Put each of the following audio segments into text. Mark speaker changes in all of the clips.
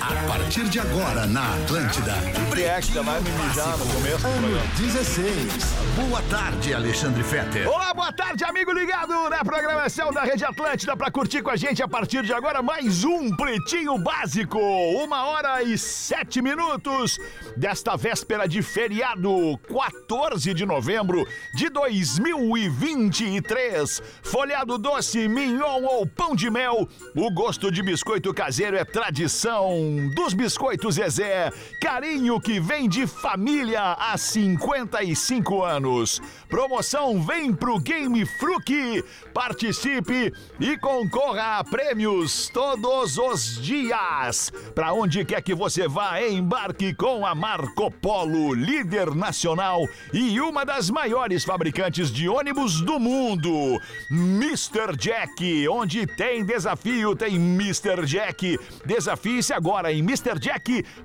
Speaker 1: A partir de agora na Atlântida.
Speaker 2: Esta vai me mijar no começo.
Speaker 1: 16. Boa tarde, Alexandre Fetter.
Speaker 2: Olá, boa tarde, amigo ligado na programação da Rede Atlântida para curtir com a gente a partir de agora mais um Pretinho Básico. Uma hora e sete minutos desta véspera de feriado, 14 de novembro de 2023. Folhado doce, mignon ou pão de mel, o gosto de biscoito caseiro é tradição dos biscoitos Zezé. Carinho que vem de família assim há 55 anos. Promoção Vem pro Game Fruc. Participe e concorra a prêmios todos os dias. Para onde quer que você vá, embarque com a Marco Polo, líder nacional e uma das maiores fabricantes de ônibus do mundo. Mr. Jack, onde tem desafio, tem Mr. Jack. Desafie-se agora em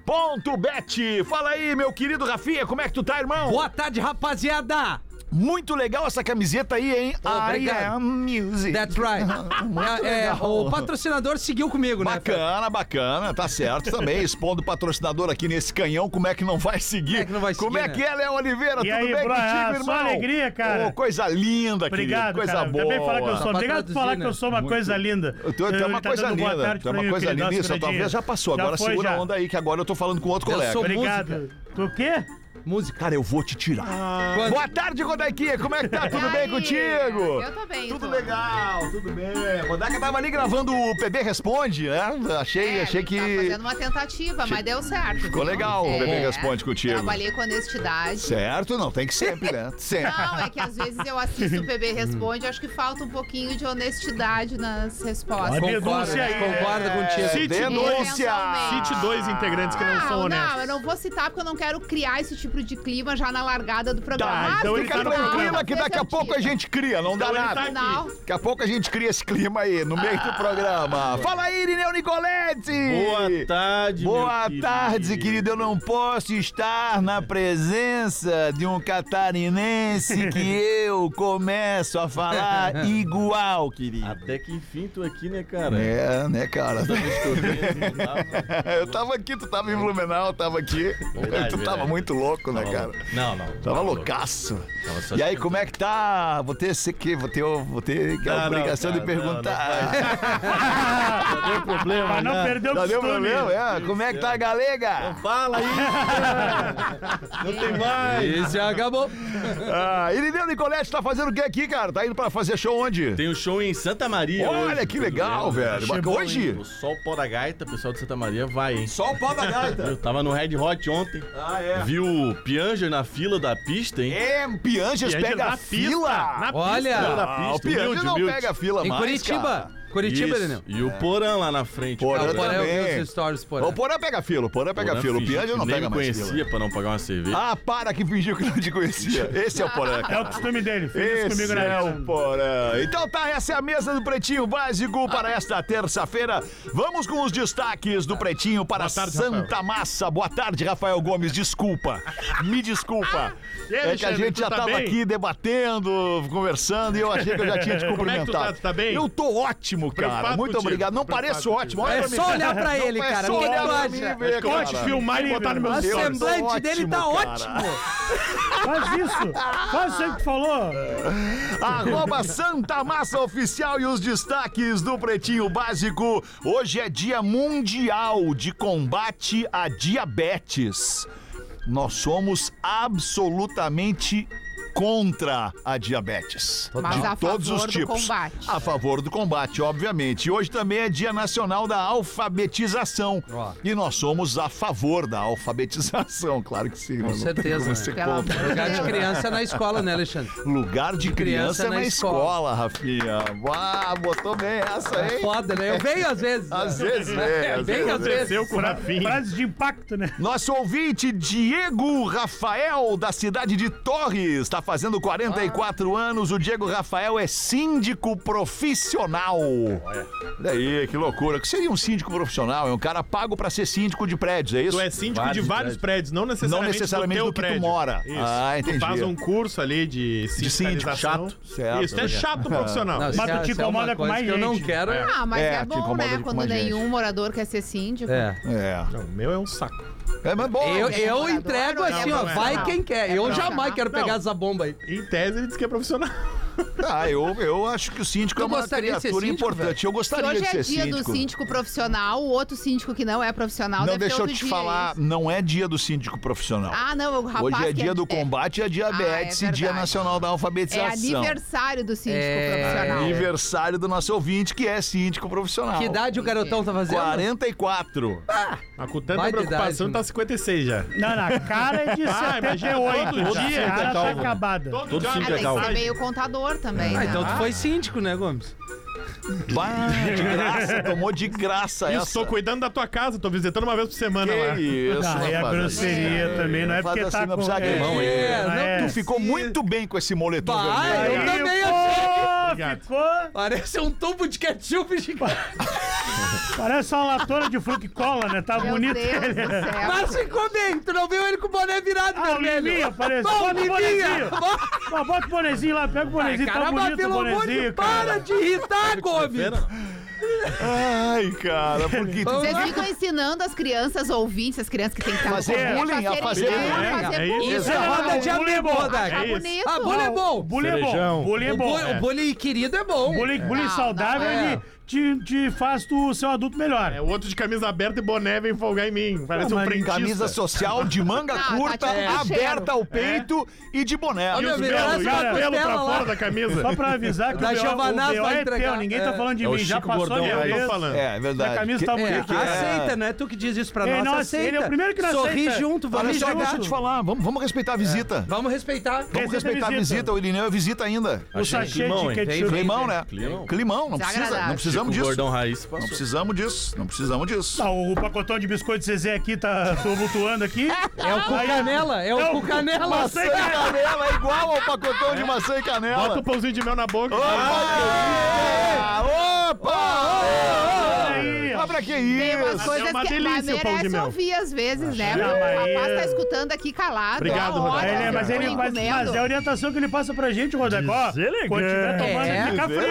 Speaker 2: MrJack.bet. Fala aí, meu querido Rafinha, como é que tu tá, irmão?
Speaker 3: Boa tarde, rapaziada!
Speaker 2: Muito legal essa camiseta aí, hein? I
Speaker 3: Obrigado.
Speaker 2: am music.
Speaker 3: That's right. É, é,
Speaker 2: legal.
Speaker 3: o patrocinador seguiu comigo, né?
Speaker 2: Bacana,
Speaker 3: cara?
Speaker 2: bacana, tá certo também. Expondo o patrocinador aqui nesse canhão, como é que não vai seguir?
Speaker 3: Como é que não vai
Speaker 2: Como
Speaker 3: seguir,
Speaker 2: é
Speaker 3: né?
Speaker 2: que é, Léo Oliveira?
Speaker 4: E
Speaker 2: Tudo
Speaker 4: aí,
Speaker 2: bem
Speaker 4: Brian?
Speaker 2: contigo,
Speaker 4: Só
Speaker 2: irmão?
Speaker 4: alegria, cara.
Speaker 2: Ô, coisa linda,
Speaker 4: Obrigado,
Speaker 2: querido. Coisa
Speaker 4: cara.
Speaker 2: boa.
Speaker 4: Também falar que eu sou.
Speaker 3: Só pra
Speaker 4: Obrigado por falar
Speaker 3: traduzir,
Speaker 4: que eu
Speaker 3: né?
Speaker 4: sou uma coisa linda.
Speaker 2: Tu, tu é
Speaker 4: Ele
Speaker 2: uma
Speaker 4: tá
Speaker 2: coisa
Speaker 4: dando boa
Speaker 2: linda, tu
Speaker 4: tarde
Speaker 2: é
Speaker 4: pra
Speaker 2: uma
Speaker 4: mim, o
Speaker 2: coisa
Speaker 4: querido
Speaker 2: linda. Isso,
Speaker 4: Oscar
Speaker 2: talvez
Speaker 4: Dias.
Speaker 2: já passou.
Speaker 4: Já
Speaker 2: Agora
Speaker 4: foi,
Speaker 2: segura
Speaker 4: já.
Speaker 2: a onda aí, que agora eu tô falando com outro
Speaker 3: Eu
Speaker 2: colega.
Speaker 3: sou-
Speaker 4: Obrigado. Tu o quê?
Speaker 3: Música.
Speaker 2: Cara, eu vou te tirar.
Speaker 4: Ah.
Speaker 3: Quando-
Speaker 2: Boa tarde, Rodaiquinha. Como é que tá? Tudo
Speaker 5: E
Speaker 2: bem
Speaker 5: aí?
Speaker 2: contigo?
Speaker 5: Eu tô bem,
Speaker 2: Tudo
Speaker 5: tô.
Speaker 2: legal, tudo bem. Rodaica tava ali gravando o PB Responde, né? Achei,
Speaker 5: É, a
Speaker 2: achei
Speaker 5: gente tá
Speaker 2: que.
Speaker 5: fazendo uma tentativa, mas deu certo.
Speaker 2: Ficou
Speaker 5: viu?
Speaker 2: legal, o bebê responde contigo.
Speaker 5: Trabalhei com honestidade.
Speaker 2: Certo, não, tem que sempre, né? Sempre.
Speaker 5: Não, é que às vezes eu assisto o bebê responde, acho que falta um pouquinho de honestidade nas respostas.
Speaker 4: Olha,
Speaker 3: Concordo,
Speaker 4: denúncia aí,
Speaker 3: concordo contigo.
Speaker 4: Cite
Speaker 2: Denúncia!
Speaker 5: Eventualmente.
Speaker 4: Cite dois integrantes que não são honestos.
Speaker 5: Ah, Não, eu não vou citar porque eu não quero criar esse tipo de clima já na largada do programa.
Speaker 4: Tá,
Speaker 5: Mas
Speaker 4: então
Speaker 5: no
Speaker 4: ele tá
Speaker 2: Fica
Speaker 4: no
Speaker 5: final,
Speaker 2: tranquila que
Speaker 5: às
Speaker 2: daqui a
Speaker 5: vezes eu
Speaker 2: pouco a
Speaker 5: tiro.
Speaker 2: gente cria, não dá
Speaker 4: Então ele
Speaker 2: nada.
Speaker 4: tá aqui.
Speaker 5: Não.
Speaker 2: Daqui a pouco a gente cria esse clima aí, no meio do programa. Fala aí, Irineu Nicoletti!
Speaker 6: Ah, é. Boa tarde,
Speaker 2: Boa
Speaker 6: meu
Speaker 2: tarde, querido. Eu não posso estar na presença de um catarinense que eu começo a falar igual, querido.
Speaker 6: Até que enfim tu aqui, né, cara?
Speaker 2: É, né, cara?
Speaker 6: Verdade,
Speaker 2: Eu tava aqui, tu tava em Blumenau, eu tava aqui. tu tava
Speaker 6: verdade.
Speaker 2: muito louco, né, cara?
Speaker 6: Não, não.
Speaker 2: Tava loucaço.
Speaker 6: Tava só
Speaker 2: E aí,
Speaker 6: esquentando.
Speaker 2: como é que tá? Vou ter, sei que, vou ter, vou ter que a
Speaker 6: Não, não,
Speaker 2: obrigação de
Speaker 6: cara, não,
Speaker 2: perguntar.
Speaker 6: Não deu problema,
Speaker 4: Pra Ah, não
Speaker 6: né?
Speaker 4: perder o
Speaker 2: Não Ah, deu
Speaker 4: costume.
Speaker 2: problema, é? Como é que tá a galega?
Speaker 6: Fala aí! não tem mais!
Speaker 3: Esse já acabou.
Speaker 2: Ah, Irineu Nicoletti tá fazendo o que aqui, cara? Tá indo pra fazer show onde?
Speaker 6: Tem um show em Santa Maria.
Speaker 2: Olha,
Speaker 6: hoje,
Speaker 2: que
Speaker 6: Pedro
Speaker 2: legal,
Speaker 6: Leandro.
Speaker 2: velho.
Speaker 6: Achei
Speaker 2: Bacana.
Speaker 6: bom,
Speaker 2: Hoje?
Speaker 6: hein? O Sol Pó da Gaita, o pessoal de Santa Maria vai, hein?
Speaker 2: Só o pau da gaita.
Speaker 6: Eu tava no Red Hot ontem.
Speaker 2: Ah, é.
Speaker 6: Vi o Pianger na fila da pista, hein?
Speaker 2: É, Pianges
Speaker 4: Pianges
Speaker 2: pega
Speaker 4: na
Speaker 2: a fila.
Speaker 4: pista, na
Speaker 6: Fila
Speaker 3: Olha,
Speaker 6: da
Speaker 2: Ah, o
Speaker 6: pista,
Speaker 2: Pianges
Speaker 6: humilde,
Speaker 2: não
Speaker 6: humilde.
Speaker 2: pega a fila
Speaker 3: em
Speaker 2: mais,
Speaker 3: Curitiba.
Speaker 2: cara.
Speaker 3: Curitiba,
Speaker 6: Isso.
Speaker 3: Daniel.
Speaker 6: E o Porã lá na frente.
Speaker 2: Porã
Speaker 6: cara.
Speaker 2: também.
Speaker 3: Porã, eu vi os stories, Porã.
Speaker 2: O Porã pega a fila, o Porã pega a fila. O
Speaker 6: fingiu
Speaker 2: Pianges
Speaker 6: que
Speaker 2: não
Speaker 6: nem
Speaker 2: pega
Speaker 6: me
Speaker 2: mais fila.
Speaker 6: conhecia pra não pagar uma cerveja.
Speaker 2: Ah, para que fingiu que não te conhecia. Esse é o Porã,
Speaker 4: É o
Speaker 2: cara.
Speaker 4: costume dele. Fez isso
Speaker 2: Esse
Speaker 4: comigo na
Speaker 2: é
Speaker 4: época.
Speaker 2: o Porã. Então tá, essa é a mesa do Pretinho Básico para esta terça-feira. Vamos com os destaques do Pretinho para
Speaker 4: tarde,
Speaker 2: Santa
Speaker 4: Rafael.
Speaker 2: Massa. Boa tarde, Rafael Gomes. Desculpa. Me desculpa.
Speaker 4: Ah, E aí,
Speaker 2: é que a
Speaker 4: Alexandre,
Speaker 2: gente
Speaker 4: tu
Speaker 2: já
Speaker 4: tá
Speaker 2: tava
Speaker 4: bem?
Speaker 2: aqui debatando, conversando, e eu achei que eu já tinha te
Speaker 4: Como é que tu tá?
Speaker 2: cumprimentado.
Speaker 4: Tu tá bem?
Speaker 2: Eu tô ótimo, cara.
Speaker 4: Preocupado
Speaker 2: Muito
Speaker 4: contigo.
Speaker 2: obrigado. Não
Speaker 4: Preocupado
Speaker 2: pareço ótimo.
Speaker 4: contigo.
Speaker 3: É
Speaker 2: Olha pra mim,
Speaker 3: só olhar pra ele,
Speaker 2: é
Speaker 3: cara.
Speaker 2: só
Speaker 3: O que que
Speaker 2: olhar
Speaker 3: tu
Speaker 2: pra
Speaker 3: acha?
Speaker 2: mim e ver,
Speaker 4: Pode
Speaker 2: cara.
Speaker 4: filmar e botar no meu
Speaker 3: O
Speaker 2: Eu sou
Speaker 3: semblante dele tá
Speaker 2: ótimo, cara.
Speaker 3: ótimo.
Speaker 4: Faz isso. Faz isso aí que tu falou.
Speaker 2: Arroba Santa Massa Oficial e os destaques do Pretinho Básico. Hoje é dia mundial de combate à diabetes. Nós somos absolutamente contra a diabetes.
Speaker 5: Mas
Speaker 2: de
Speaker 5: a
Speaker 2: todos
Speaker 5: favor
Speaker 2: os
Speaker 5: do
Speaker 2: tipos.
Speaker 5: combate.
Speaker 2: A favor do combate, obviamente. E Hoje também é Dia Nacional da Alfabetização.
Speaker 3: Ó.
Speaker 2: E nós somos a favor da alfabetização, claro que sim.
Speaker 3: Com
Speaker 2: mas não tem
Speaker 3: certeza,
Speaker 2: como
Speaker 3: né?
Speaker 2: ser
Speaker 5: Pela-
Speaker 2: contra.
Speaker 3: Lugar de criança é na escola, né, Alexandre?
Speaker 2: Lugar de criança,
Speaker 3: criança
Speaker 2: é na,
Speaker 3: na
Speaker 2: escola,
Speaker 3: escola.
Speaker 2: Rafinha. Uau, botou bem essa, hein?
Speaker 3: Foda, né? Eu venho às vezes.
Speaker 2: Às
Speaker 3: né?
Speaker 2: vezes, é, às
Speaker 3: Bem
Speaker 2: vezes.
Speaker 3: às vezes.
Speaker 6: Aconteceu com o Rafinha.
Speaker 4: Frases de impacto, né?
Speaker 2: Nosso ouvinte Diego Rafael, da cidade de Torres, está fazendo 44 anos. O Diego Rafael é síndico profissional. Olha aí, que loucura. O que seria um síndico profissional? É um cara pago para ser síndico de prédios, é isso?
Speaker 6: Tu é síndico de vários prédios, não necessariamente,
Speaker 2: Não necessariamente
Speaker 6: do teu
Speaker 2: do que tu
Speaker 6: prédio.
Speaker 2: mora.
Speaker 6: Isso.
Speaker 2: Ah, entendi.
Speaker 6: Tu faz um curso ali de síndico, chato.
Speaker 2: Certo.
Speaker 6: Isso, tu é chato profissional.
Speaker 3: Não,
Speaker 4: Mas
Speaker 3: isso
Speaker 4: tu te
Speaker 3: isso uma
Speaker 4: incomoda com
Speaker 3: coisa
Speaker 4: mais
Speaker 3: que Eu não
Speaker 4: gente.
Speaker 3: quero. É.
Speaker 5: Ah, mas
Speaker 2: É,
Speaker 5: é,
Speaker 2: te
Speaker 5: bom,
Speaker 2: incomoda
Speaker 5: né?
Speaker 2: com
Speaker 5: Quando
Speaker 2: mais gente.
Speaker 5: nenhum morador quer ser síndico.
Speaker 2: É.
Speaker 6: Não, o meu é um saco.
Speaker 2: É, mas bom.
Speaker 3: Eu, eu
Speaker 5: Morador,
Speaker 3: entrego
Speaker 5: não,
Speaker 3: assim,
Speaker 6: não
Speaker 3: ó,
Speaker 6: é.
Speaker 3: vai
Speaker 6: Não.
Speaker 3: quem quer. Eu
Speaker 5: Não.
Speaker 3: jamais quero pegar
Speaker 6: Não.
Speaker 3: essa bomba aí.
Speaker 6: Em tese, ele diz que é profissional.
Speaker 2: Ah, eu, eu acho que o síndico
Speaker 3: Tu
Speaker 2: é uma
Speaker 3: gostaria de ser
Speaker 2: criatura
Speaker 3: síndico,
Speaker 2: importante. Eu
Speaker 5: Se
Speaker 2: gostaria
Speaker 5: hoje
Speaker 2: de
Speaker 5: é
Speaker 2: ser
Speaker 5: dia
Speaker 2: síndico.
Speaker 5: do síndico profissional, o outro síndico que não é profissional
Speaker 2: Não,
Speaker 5: deve ter
Speaker 2: deixa eu
Speaker 5: outro
Speaker 2: te
Speaker 5: dia,
Speaker 2: falar,
Speaker 5: isso.
Speaker 2: não é dia do síndico profissional.
Speaker 5: Ah, não, o rapaz
Speaker 2: Hoje é
Speaker 5: que
Speaker 2: dia do combate à diabetes
Speaker 5: Ah, é
Speaker 2: e dia
Speaker 5: verdade.
Speaker 2: nacional da
Speaker 5: É, é
Speaker 2: alfabetização.
Speaker 5: aniversário do síndico
Speaker 3: É,
Speaker 5: profissional.
Speaker 2: Aniversário do nosso ouvinte, que é síndico profissional.
Speaker 3: Que idade o garotão tá fazendo?
Speaker 2: 44.
Speaker 6: Mas com tanta
Speaker 3: Vai de
Speaker 6: preocupação,
Speaker 3: idade,
Speaker 6: tá 56 já.
Speaker 4: Não, na cara é de
Speaker 6: Ah, imagina,
Speaker 4: 78.
Speaker 6: todo
Speaker 4: A
Speaker 6: dia, então.
Speaker 4: cara tá
Speaker 6: calma.
Speaker 4: acabada.
Speaker 6: Todo
Speaker 5: Ah, tem que ser meio contador também.
Speaker 3: Ah,
Speaker 5: né?
Speaker 3: então tu foi síndico, né, Gomes?
Speaker 2: Bah, de graça, tomou de graça
Speaker 6: Isso,
Speaker 2: essa.
Speaker 6: tô cuidando da tua casa, tô visitando uma vez por semana lá.
Speaker 2: Que isso,
Speaker 4: Ah, é a
Speaker 2: rapaz.
Speaker 4: grosseria também, não é
Speaker 2: Faz
Speaker 4: porque
Speaker 2: assim,
Speaker 4: tá
Speaker 2: não
Speaker 4: com...
Speaker 2: precisa agredir.
Speaker 3: É,
Speaker 4: não,
Speaker 2: Tu
Speaker 4: é.
Speaker 2: ficou muito bem com esse moletom
Speaker 3: Vai,
Speaker 2: vermelho.
Speaker 3: eu também achei.
Speaker 4: Pô,
Speaker 6: Obrigado.
Speaker 4: ficou...
Speaker 3: Parece um tubo de ketchup gigante.
Speaker 4: Parece uma latona de fruta e cola, né? Tá
Speaker 5: Meu
Speaker 4: bonito
Speaker 5: Deus
Speaker 4: ele.
Speaker 5: do céu.
Speaker 3: Mas ficou bem. Tu não viu ele com o boné virado,
Speaker 4: Ah, o
Speaker 3: vermelho?
Speaker 4: Liminha apareceu.
Speaker 3: Pô,
Speaker 4: Bota o
Speaker 3: Liminha.
Speaker 4: bonezinho. Ó, bota o bonezinho lá, pega o bonezinho, tá
Speaker 3: Caramba,
Speaker 4: bonito o
Speaker 3: pelo amor de
Speaker 4: bonezinho,
Speaker 3: para
Speaker 4: cara.
Speaker 3: de irritar, Gomes.
Speaker 2: Ai, cara, porque tu
Speaker 5: Vocês ficam ensinando as crianças ouvintes, as crianças que têm que estar
Speaker 2: Fazer bullying, né? a fazer
Speaker 6: bullying. É isso.
Speaker 3: Isso é roda de
Speaker 4: Ah, o bullying é
Speaker 3: amigo,
Speaker 4: bom.
Speaker 3: Rodaica.
Speaker 6: É
Speaker 5: Tá
Speaker 6: isso.
Speaker 5: bonito.
Speaker 3: Ah, bullying é bom.
Speaker 4: Bullying é bom,
Speaker 6: Cerejão.
Speaker 4: bullying é
Speaker 3: O
Speaker 4: bom.
Speaker 3: bu- O bullying querido é bom.
Speaker 4: Bullying, bullying
Speaker 5: Não,
Speaker 4: saudável,
Speaker 3: não, é.
Speaker 4: ele te, te faz tu ser um adulto melhor.
Speaker 6: É, o outro de camisa aberta e boné vem folgar em mim. Parece
Speaker 4: Não,
Speaker 6: um
Speaker 4: mas
Speaker 6: frentista.
Speaker 2: camisa social de manga
Speaker 5: Não,
Speaker 2: curta,
Speaker 5: tá tirando cheiro.
Speaker 2: aberta ao peito e de boné.
Speaker 3: É. Olha,
Speaker 6: Os
Speaker 3: Meu
Speaker 6: pelos, e
Speaker 3: braço,
Speaker 6: os
Speaker 3: Tá a
Speaker 6: pelos pra
Speaker 3: costela lá.
Speaker 6: fora da camisa.
Speaker 4: Só pra avisar que
Speaker 3: Da
Speaker 4: o BO,
Speaker 3: Giovanazzi
Speaker 4: o BO
Speaker 3: vai
Speaker 4: é
Speaker 3: entregar,
Speaker 4: teu, ninguém
Speaker 3: é.
Speaker 4: tá falando de
Speaker 6: É
Speaker 4: mim,
Speaker 6: o
Speaker 4: já
Speaker 6: Chico
Speaker 4: passou
Speaker 6: Gordão,
Speaker 4: de
Speaker 6: é, eu tô
Speaker 4: vez.
Speaker 6: falando.
Speaker 2: É, é verdade.
Speaker 4: A camisa tá
Speaker 2: Que-
Speaker 3: É,
Speaker 4: bonita.
Speaker 2: que- que
Speaker 3: aceita, né? Tu que diz isso pra
Speaker 4: Ei,
Speaker 3: nós,
Speaker 4: não aceita,
Speaker 3: aceita.
Speaker 4: ele é o primeiro que não
Speaker 3: Sorri
Speaker 4: aceita.
Speaker 3: junto, vamos
Speaker 2: Olha só,
Speaker 3: jogar.
Speaker 2: deixa eu te falar, vamos, vamos respeitar a visita.
Speaker 3: Vamos respeitar.
Speaker 2: Vamos
Speaker 4: Respeita é a
Speaker 2: respeitar a visita.
Speaker 4: visita.
Speaker 2: o Irineu é visita ainda.
Speaker 4: O sachê
Speaker 6: Climão,
Speaker 4: de
Speaker 6: hein?
Speaker 4: ketchup.
Speaker 3: Vem,
Speaker 2: Climão,
Speaker 3: vem.
Speaker 2: né? Climão, não precisa, não
Speaker 5: Desagradável.
Speaker 2: precisamos
Speaker 7: O
Speaker 2: disso.
Speaker 7: gordão raiz
Speaker 2: Não
Speaker 7: passou.
Speaker 2: precisamos disso, não precisamos disso.
Speaker 4: Ah, o pacotão de biscoito Zezé aqui tá tumultuando aqui.
Speaker 3: É o cu canela, é o cu canela.
Speaker 4: Maçã e canela.
Speaker 2: canela é igual ao pacotão de maçã e
Speaker 6: Bota
Speaker 2: canela.
Speaker 6: o pãozinho de mel na boca.
Speaker 2: Ah, Opa!
Speaker 4: Aí, ó.
Speaker 2: Mas pra que
Speaker 5: Tem umas
Speaker 2: isso?
Speaker 5: coisas
Speaker 6: É uma
Speaker 5: que mas
Speaker 6: delícia o pão de
Speaker 5: merece
Speaker 6: mel.
Speaker 5: ouvir às vezes, né?
Speaker 4: Não,
Speaker 5: o
Speaker 4: mas
Speaker 5: rapaz tá
Speaker 4: é-
Speaker 5: escutando aqui calado.
Speaker 6: Obrigado,
Speaker 5: uma hora,
Speaker 6: Rodaica.
Speaker 4: É, né, mas ele
Speaker 5: tá
Speaker 4: mas, mas
Speaker 5: comendo.
Speaker 4: é a orientação que ele passa pra gente, Rodaico. Ó,
Speaker 6: Deselegante.
Speaker 4: Quando tiver tomando,
Speaker 3: É.
Speaker 4: fica frio.
Speaker 5: Não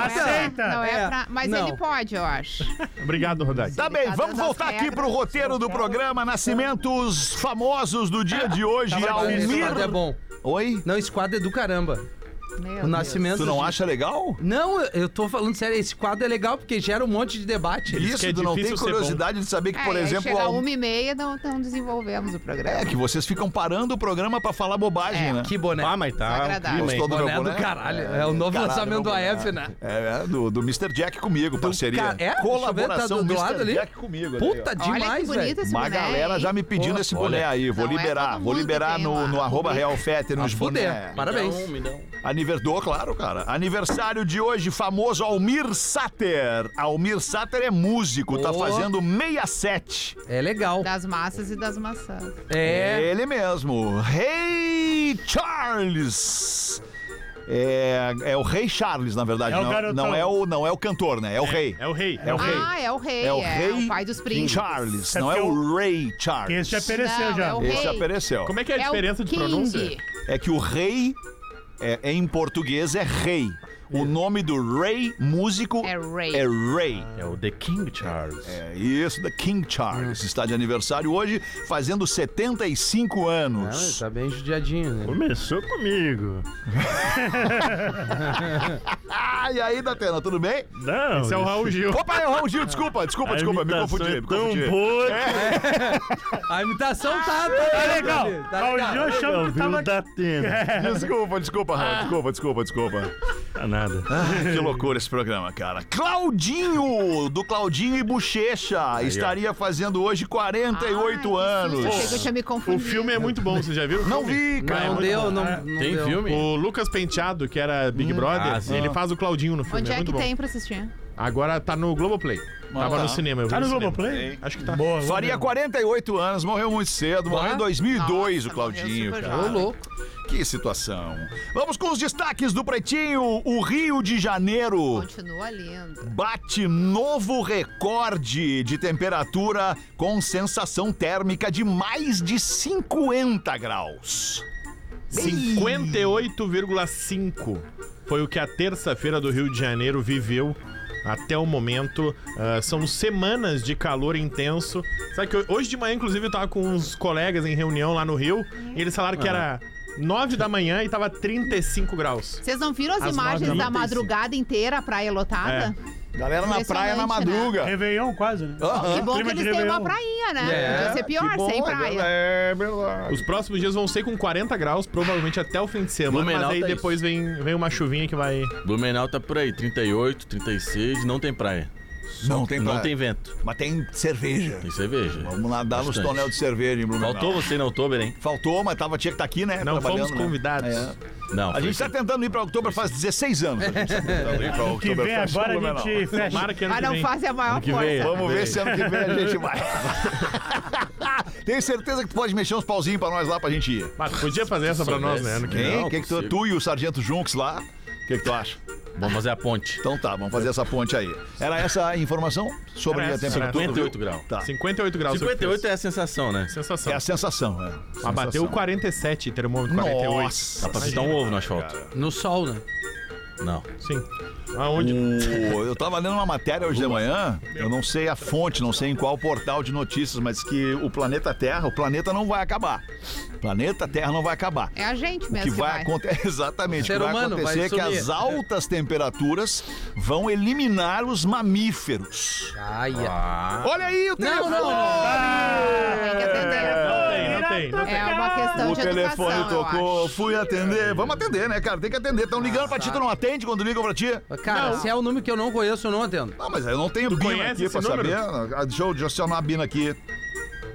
Speaker 5: é,
Speaker 3: Aceita.
Speaker 4: Aceita.
Speaker 5: pra, não é
Speaker 3: É.
Speaker 5: pra, mas
Speaker 3: Não.
Speaker 5: ele pode, eu acho.
Speaker 6: Obrigado, Rodaico.
Speaker 2: Tá bem,
Speaker 5: Tá
Speaker 2: vamos
Speaker 5: dando Tá as
Speaker 2: voltar aqui
Speaker 5: regras,
Speaker 2: pro roteiro do programa Nascimentos Famosos do dia de hoje.
Speaker 3: Esse
Speaker 2: Almir.
Speaker 3: quadro é bom.
Speaker 2: Oi?
Speaker 3: Não, esse quadro é do caramba.
Speaker 5: Meu
Speaker 3: O
Speaker 5: Deus.
Speaker 3: nascimento.
Speaker 2: Tu não
Speaker 3: de-
Speaker 2: acha legal?
Speaker 3: Não, eu- eu tô falando sério, esse quadro é legal porque gera um monte de debate.
Speaker 2: Isso,
Speaker 6: que é
Speaker 2: tu não tem
Speaker 6: difícil ser
Speaker 2: curiosidade de saber que, por
Speaker 5: É, aí
Speaker 2: exemplo, o
Speaker 5: chega
Speaker 2: Almir.
Speaker 5: uma e meia, não, não desenvolvemos o programa.
Speaker 2: É que vocês ficam parando o programa pra falar bobagem,
Speaker 5: É.
Speaker 2: né?
Speaker 3: Que boné.
Speaker 7: Ah, mas tá. um
Speaker 5: Desagradável.
Speaker 7: clima, hein?
Speaker 2: Gostou do meu
Speaker 3: boné
Speaker 2: boné?
Speaker 3: do caralho. É o novo
Speaker 2: caralho,
Speaker 3: lançamento
Speaker 2: meu
Speaker 3: do
Speaker 2: boné.
Speaker 3: AF, né?
Speaker 2: É, é, do, do Mr. Jack comigo, parceria.
Speaker 3: ca- é?
Speaker 2: Colaboração
Speaker 3: Deixa eu ver, tá do
Speaker 2: Mr.
Speaker 3: lado ali.
Speaker 2: Jack comigo. ali, ó.
Speaker 3: Puta
Speaker 5: Olha que
Speaker 3: demais,
Speaker 5: bonito
Speaker 3: velho.
Speaker 5: esse
Speaker 2: Uma
Speaker 5: boné,
Speaker 2: galera
Speaker 5: hein?
Speaker 2: já me pedindo
Speaker 3: Pô,
Speaker 2: esse boné aí. Vou
Speaker 5: Não é
Speaker 2: liberar,
Speaker 5: todo
Speaker 2: vou
Speaker 5: mundo
Speaker 2: liberar
Speaker 5: que tem
Speaker 2: no,
Speaker 5: lá.
Speaker 2: no arroba Real Fetter
Speaker 3: Ah,
Speaker 2: nos boné.
Speaker 3: Fuder, parabéns.
Speaker 2: Então,
Speaker 7: Um milhão.
Speaker 2: Aniverdô, claro, cara. Aniversário de hoje, famoso Almir Sater. Almir Sater é músico, tá
Speaker 3: Ô.
Speaker 2: fazendo 67.
Speaker 3: É legal.
Speaker 5: Das massas e das maçãs.
Speaker 3: É.
Speaker 2: Ele mesmo. Rei Charles. É, é o Rei Charles, na verdade.
Speaker 4: É o
Speaker 2: não,
Speaker 4: garotão.
Speaker 2: não é o, não é o cantor, né? É o rei.
Speaker 6: É o rei.
Speaker 2: É o rei.
Speaker 5: Ah, é o rei.
Speaker 2: É o rei
Speaker 5: pai dos príncipes.
Speaker 2: Charles,
Speaker 4: É
Speaker 2: não é
Speaker 4: porque
Speaker 2: o Rei Charles.
Speaker 4: Esse já pereceu
Speaker 5: Não,
Speaker 4: já.
Speaker 5: é o-
Speaker 2: Esse
Speaker 5: Rei.
Speaker 2: apareceu.
Speaker 6: Como é que é a
Speaker 5: É
Speaker 6: diferença
Speaker 5: o
Speaker 6: de
Speaker 5: King.
Speaker 6: pronúncia?
Speaker 2: É que o rei, é, em português, é rei. O nome do rei músico
Speaker 5: É rei.
Speaker 2: É rei.
Speaker 7: É o The King Charles.
Speaker 2: É isso, da King Charles. Está de aniversário hoje, fazendo 75
Speaker 3: Ah,
Speaker 2: anos.
Speaker 3: tá bem judiadinho, né?
Speaker 6: Começou comigo.
Speaker 2: e aí, Datena, tudo bem?
Speaker 4: Não.
Speaker 6: Esse é o Raul Gil.
Speaker 2: Opa, é o Raul Gil, desculpa, desculpa, desculpa, me
Speaker 6: imitação
Speaker 2: confundi.
Speaker 6: é
Speaker 2: me
Speaker 6: tão
Speaker 2: confundi.
Speaker 6: boa.
Speaker 2: É,
Speaker 3: A imitação tá, tá,
Speaker 4: Tá legal.
Speaker 3: ali, Tá
Speaker 4: Raul Gil
Speaker 3: legal. Tá
Speaker 4: achando que
Speaker 6: Ouviu
Speaker 4: tava...
Speaker 6: o Datena.
Speaker 2: desculpa, desculpa, Raul, desculpa, desculpa, desculpa.
Speaker 6: Ah.
Speaker 2: Ah,
Speaker 6: Tá nada.
Speaker 2: Que loucura esse programa, cara. Claudinho, do Claudinho e Bochecha, estaria fazendo hoje 48
Speaker 5: Ai, que susto, achei que eu
Speaker 2: anos.
Speaker 5: tinha me
Speaker 6: O
Speaker 5: confundido.
Speaker 6: filme é muito bom, você já viu? o
Speaker 2: Não
Speaker 6: filme?
Speaker 2: vi, cara.
Speaker 3: Não deu, não,
Speaker 2: É.
Speaker 3: não
Speaker 8: Tem
Speaker 3: deu.
Speaker 8: filme?
Speaker 6: O Lucas Penteado, que era Big Brother,
Speaker 8: Ah, sim.
Speaker 6: ele faz o Claudinho no filme.
Speaker 5: Onde é,
Speaker 6: muito
Speaker 5: que
Speaker 6: bom.
Speaker 5: tem pra assistir?
Speaker 6: Agora tá no Globoplay. Tava
Speaker 2: tá.
Speaker 6: no cinema, eu vi
Speaker 4: Tá no
Speaker 6: cinema.
Speaker 4: Globoplay?
Speaker 6: Acho que tá.
Speaker 4: Boa. vamos
Speaker 2: Faria
Speaker 4: ver.
Speaker 2: 48 anos, morreu muito cedo, morreu em 2002
Speaker 5: Nossa,
Speaker 2: o Claudinho,
Speaker 5: morreu super
Speaker 2: cara.
Speaker 3: Ô, louco.
Speaker 2: Que situação. Vamos com os destaques do Pretinho. O Rio de Janeiro
Speaker 5: Continua lindo.
Speaker 2: bate novo recorde de temperatura com sensação térmica de mais de 50 graus.
Speaker 6: 58,5 foi o que a terça-feira do Rio de Janeiro viveu até o momento. Ah, são semanas de calor intenso. Sabe que hoje de manhã, inclusive, eu tava com uns colegas em reunião lá no Rio e eles falaram
Speaker 8: Ah.
Speaker 6: que era 9 da manhã e tava 35 graus.
Speaker 5: Vocês não viram as,
Speaker 6: Às
Speaker 5: imagens
Speaker 6: nove da
Speaker 5: da
Speaker 6: manhã.
Speaker 5: madrugada inteira, a praia lotada?
Speaker 2: Galera na praia na
Speaker 5: Impressionante, né?
Speaker 2: madruga.
Speaker 4: Réveillon quase, né?
Speaker 5: Que bom
Speaker 4: Clima
Speaker 5: que
Speaker 4: de
Speaker 5: eles têm uma
Speaker 4: Réveillon.
Speaker 5: prainha, né?
Speaker 3: É,
Speaker 5: Podia ser pior, sem praia.
Speaker 2: É verdade.
Speaker 6: Os próximos dias vão ser com 40 graus, provavelmente até o fim de semana,
Speaker 8: Blumenau
Speaker 6: mas aí
Speaker 8: tá isso.
Speaker 6: depois vem, vem uma chuvinha que vai.
Speaker 8: Blumenau tá por aí, 38, 36, não tem praia.
Speaker 2: Não tem praia.
Speaker 8: Não tem vento.
Speaker 2: Mas tem cerveja.
Speaker 8: Tem cerveja.
Speaker 2: Vamos lá dar uns
Speaker 8: Bastante.
Speaker 2: tonel de cerveja em Blumenau.
Speaker 8: Faltou você na outubro, hein?
Speaker 2: Faltou, mas tava, tinha que estar aqui, né?
Speaker 6: Não
Speaker 2: Trabalhando,
Speaker 6: fomos
Speaker 2: né?
Speaker 6: convidados.
Speaker 8: Não,
Speaker 2: A
Speaker 8: foi
Speaker 2: gente tá
Speaker 8: sim.
Speaker 2: tentando ir pra outubro faz 16 anos. A gente tá tentando ir pra
Speaker 4: Que vem
Speaker 2: Oktoberfest
Speaker 4: agora
Speaker 2: em
Speaker 4: a
Speaker 2: Blumenau.
Speaker 4: gente fecha.
Speaker 6: Tomara que ano
Speaker 5: Mas
Speaker 6: que
Speaker 5: Ah, não
Speaker 6: vem.
Speaker 5: fazem a maior
Speaker 8: que
Speaker 5: força.
Speaker 8: vem, é.
Speaker 2: Vamos ver se ano que vem a gente vai. Tenho certeza que tu pode mexer uns pauzinhos pra nós lá pra gente ir.
Speaker 6: Mas podia fazer essa pra nós, né? Ano que
Speaker 2: Hein?
Speaker 8: Não, é
Speaker 2: que que tu,
Speaker 8: consigo.
Speaker 2: tu e o Sargento Junks lá? O que, que tu acha?
Speaker 8: Vamos fazer a ponte.
Speaker 2: Então tá, vamos fazer essa ponte aí. Era essa a informação sobre
Speaker 6: Era
Speaker 2: a
Speaker 6: essa,
Speaker 2: temperatura? do Rio?
Speaker 8: 58 graus.
Speaker 2: Tá.
Speaker 6: 58 graus.
Speaker 8: 58 é a sensação, né?
Speaker 6: Sensação.
Speaker 2: É a sensação, né?
Speaker 6: Ah, bateu
Speaker 2: Sensação.
Speaker 6: 47, termômetro 48.
Speaker 2: Nossa.
Speaker 8: Dá pra fritar um ovo no asfalto.
Speaker 3: No sol, né?
Speaker 8: Não.
Speaker 6: Sim.
Speaker 2: Hum.
Speaker 6: Aonde?
Speaker 2: O- eu tava lendo uma matéria hoje de manhã, eu não sei a fonte, não sei em qual portal de notícias, mas que o planeta Terra, o planeta não vai acabar. O planeta Terra não vai acabar.
Speaker 5: É a gente
Speaker 2: O
Speaker 5: mesmo
Speaker 2: que
Speaker 5: que
Speaker 2: vai acontecer, exatamente, o
Speaker 3: O
Speaker 2: que
Speaker 3: ser
Speaker 2: vai
Speaker 3: humano vai
Speaker 2: acontecer é que
Speaker 3: sumir.
Speaker 2: as altas temperaturas vão eliminar os mamíferos.
Speaker 3: Ai, ai.
Speaker 2: Olha aí o telefone!
Speaker 3: não, não.
Speaker 5: Tem que atender.
Speaker 6: Não
Speaker 4: né?
Speaker 6: tem, não tem. Não tem.
Speaker 5: É uma questão
Speaker 2: O
Speaker 5: de educação,
Speaker 2: telefone
Speaker 5: eu
Speaker 2: tocou, fui atender. Vamos atender, né, cara? Tem que atender. Estão ligando pra ti, tu não atende quando ligam pra ti?
Speaker 3: Cara, se é um número que eu não conheço, eu não atendo.
Speaker 2: Não, mas eu não tenho bina
Speaker 6: conhece
Speaker 2: aqui
Speaker 6: esse
Speaker 2: pra
Speaker 6: número?
Speaker 2: saber. Ah, Deixa eu deixa eu acionar a bina aqui.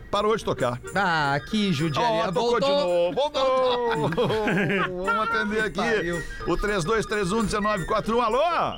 Speaker 2: Parou de tocar.
Speaker 3: Ah, que judiaria.
Speaker 2: Ó, tocou de
Speaker 3: Voltou.
Speaker 2: novo. Voltou. Vamos atender aqui.
Speaker 3: Pariu.
Speaker 2: O 32311941. Alô?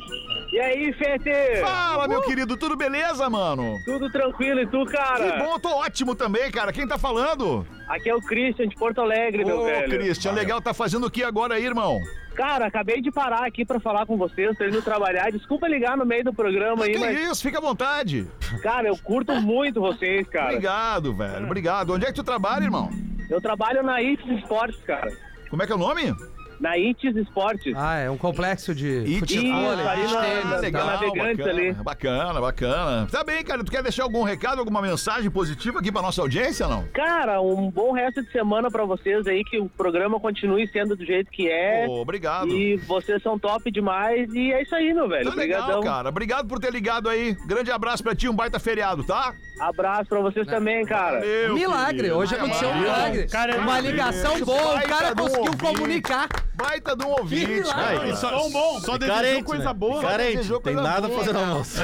Speaker 9: E aí, Fete?
Speaker 2: Fala, meu querido. Tudo beleza, mano?
Speaker 9: Tudo tranquilo e tu, cara?
Speaker 2: Que bom, eu tô ótimo também, cara. Quem tá falando?
Speaker 9: Aqui é o Christian de Porto Alegre, meu
Speaker 2: Ô,
Speaker 9: velho.
Speaker 2: Christian, legal. Tá fazendo o que agora aí, irmão?
Speaker 9: Cara, acabei de parar aqui pra falar com vocês, tô indo trabalhar. Desculpa ligar no meio do programa aí,
Speaker 2: que
Speaker 9: mas,
Speaker 2: isso? Fica à vontade.
Speaker 9: cara, eu curto muito vocês, cara.
Speaker 2: Obrigado, velho. Obrigado. Onde é que tu trabalha, irmão?
Speaker 9: Eu trabalho na ITS Esportes, cara.
Speaker 2: Como é que é o nome?
Speaker 9: Na ITS Esportes.
Speaker 3: Ah, é um complexo de
Speaker 2: E
Speaker 3: futebol,
Speaker 9: tinha,
Speaker 3: vôlei, de
Speaker 9: farinha,
Speaker 3: tênis.
Speaker 2: Ah,
Speaker 3: e
Speaker 2: legal,
Speaker 3: tal.
Speaker 9: navegantes
Speaker 2: bacana,
Speaker 9: ali.
Speaker 2: bacana, bacana. Tá bem, cara. Tu quer deixar algum recado, alguma mensagem positiva aqui pra nossa audiência, não?
Speaker 9: Cara, um bom resto de semana pra vocês aí, que o programa continue sendo do jeito que é.
Speaker 2: Pô, obrigado.
Speaker 9: E vocês são top demais. E é isso aí, meu velho.
Speaker 2: Tá legal,
Speaker 9: Obrigadão.
Speaker 2: cara. Obrigado por ter ligado aí. Grande abraço pra ti, um baita feriado, tá?
Speaker 9: Abraço pra vocês
Speaker 2: Né?
Speaker 9: também, cara.
Speaker 2: Meu
Speaker 3: Milagre,
Speaker 2: querido.
Speaker 3: hoje aconteceu um
Speaker 2: Baita-
Speaker 3: milagre.
Speaker 4: Cara,
Speaker 3: Uma ligação boa, o cara
Speaker 2: Baita do
Speaker 3: conseguiu
Speaker 2: ouvinte.
Speaker 3: comunicar.
Speaker 2: Baita de um ouvinte,
Speaker 3: milagre.
Speaker 2: cara.
Speaker 6: Não, só,
Speaker 4: Tão bom.
Speaker 6: só
Speaker 8: Carente,
Speaker 6: desejou coisa
Speaker 8: né?
Speaker 6: boa.
Speaker 8: Carente,
Speaker 2: desejou
Speaker 8: tem
Speaker 2: coisa
Speaker 8: nada
Speaker 2: boa,
Speaker 8: fazendo almoço.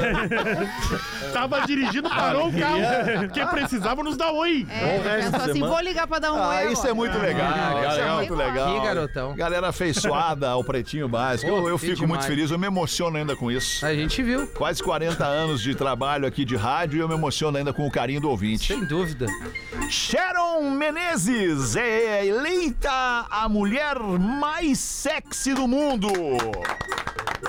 Speaker 6: Tava dirigindo, parou o carro. Porque precisava nos dar oi.
Speaker 5: É, pensou assim, vou ligar pra dar um
Speaker 2: Ah,
Speaker 5: oi
Speaker 2: isso
Speaker 5: agora.
Speaker 2: é muito legal.
Speaker 3: legal,
Speaker 2: isso é
Speaker 3: legal.
Speaker 2: muito legal.
Speaker 3: Que garotão.
Speaker 2: Galera afeiçoada ao Pretinho Básico. eu, eu
Speaker 3: que
Speaker 2: fico muito
Speaker 3: demais. É.
Speaker 2: feliz, eu me emociono ainda com isso.
Speaker 3: A gente viu,
Speaker 2: Quase 40 anos de trabalho aqui de rádio e eu me emociono ainda com o carinho do ouvinte.
Speaker 3: sem dúvida.
Speaker 2: Sharon Menezes é eleita a mulher mais sexy do mundo.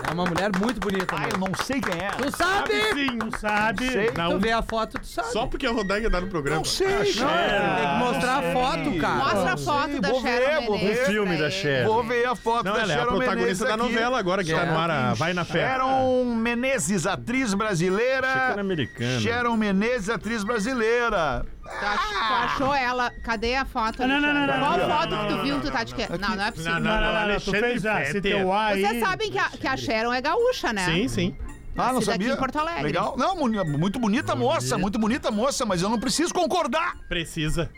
Speaker 3: É uma mulher muito bonita.
Speaker 2: Ah,
Speaker 3: mano.
Speaker 2: eu não sei quem é.
Speaker 3: Tu sabe?
Speaker 6: Sim.
Speaker 4: Não sabe.
Speaker 2: Sei.
Speaker 3: Tu
Speaker 6: Não,
Speaker 3: vê a foto, tu sabe.
Speaker 6: só porque a Rodaiga tá no programa.
Speaker 2: sei,
Speaker 3: Não, tem que mostrar a foto, cara.
Speaker 5: Mostra a foto da
Speaker 2: vou ver,
Speaker 5: Sharon
Speaker 2: vou ver.
Speaker 5: Menezes
Speaker 6: Filme
Speaker 5: pra
Speaker 6: da
Speaker 5: ele.
Speaker 6: Sharon.
Speaker 2: Vou ver a foto
Speaker 6: Não,
Speaker 2: da
Speaker 6: ela é a
Speaker 2: Sharon Menezes
Speaker 6: protagonista da
Speaker 2: aqui.
Speaker 6: novela agora que tá no ar. a Vai na fé.
Speaker 2: Sharon Menezes, atriz brasileira.
Speaker 6: Achei que era americana.
Speaker 2: Sharon Menezes, atriz brasileira.
Speaker 5: Tu ach- tu achou ela? Cadê a foto?
Speaker 4: Não, não, não,
Speaker 5: Alexandre?
Speaker 4: não,
Speaker 5: Qual
Speaker 4: não,
Speaker 5: foto
Speaker 4: não,
Speaker 5: que tu
Speaker 4: não,
Speaker 5: viu
Speaker 4: não,
Speaker 5: que tu tá de que? Não, não é possível.
Speaker 6: Não,
Speaker 4: Não, não, não, não, tu
Speaker 6: Alexandre
Speaker 4: fez A, se
Speaker 6: Fetter.
Speaker 4: teu A aí...
Speaker 5: Vocês sabem que a, que a Sharon é gaúcha, né?
Speaker 6: Sim, sim.
Speaker 2: Ah, não
Speaker 5: Nascida aqui
Speaker 2: sabia?
Speaker 5: em Porto Alegre.
Speaker 2: Legal. Não, mu- muito bonita moça, muito bonita moça, mas eu não preciso concordar.
Speaker 6: Precisa.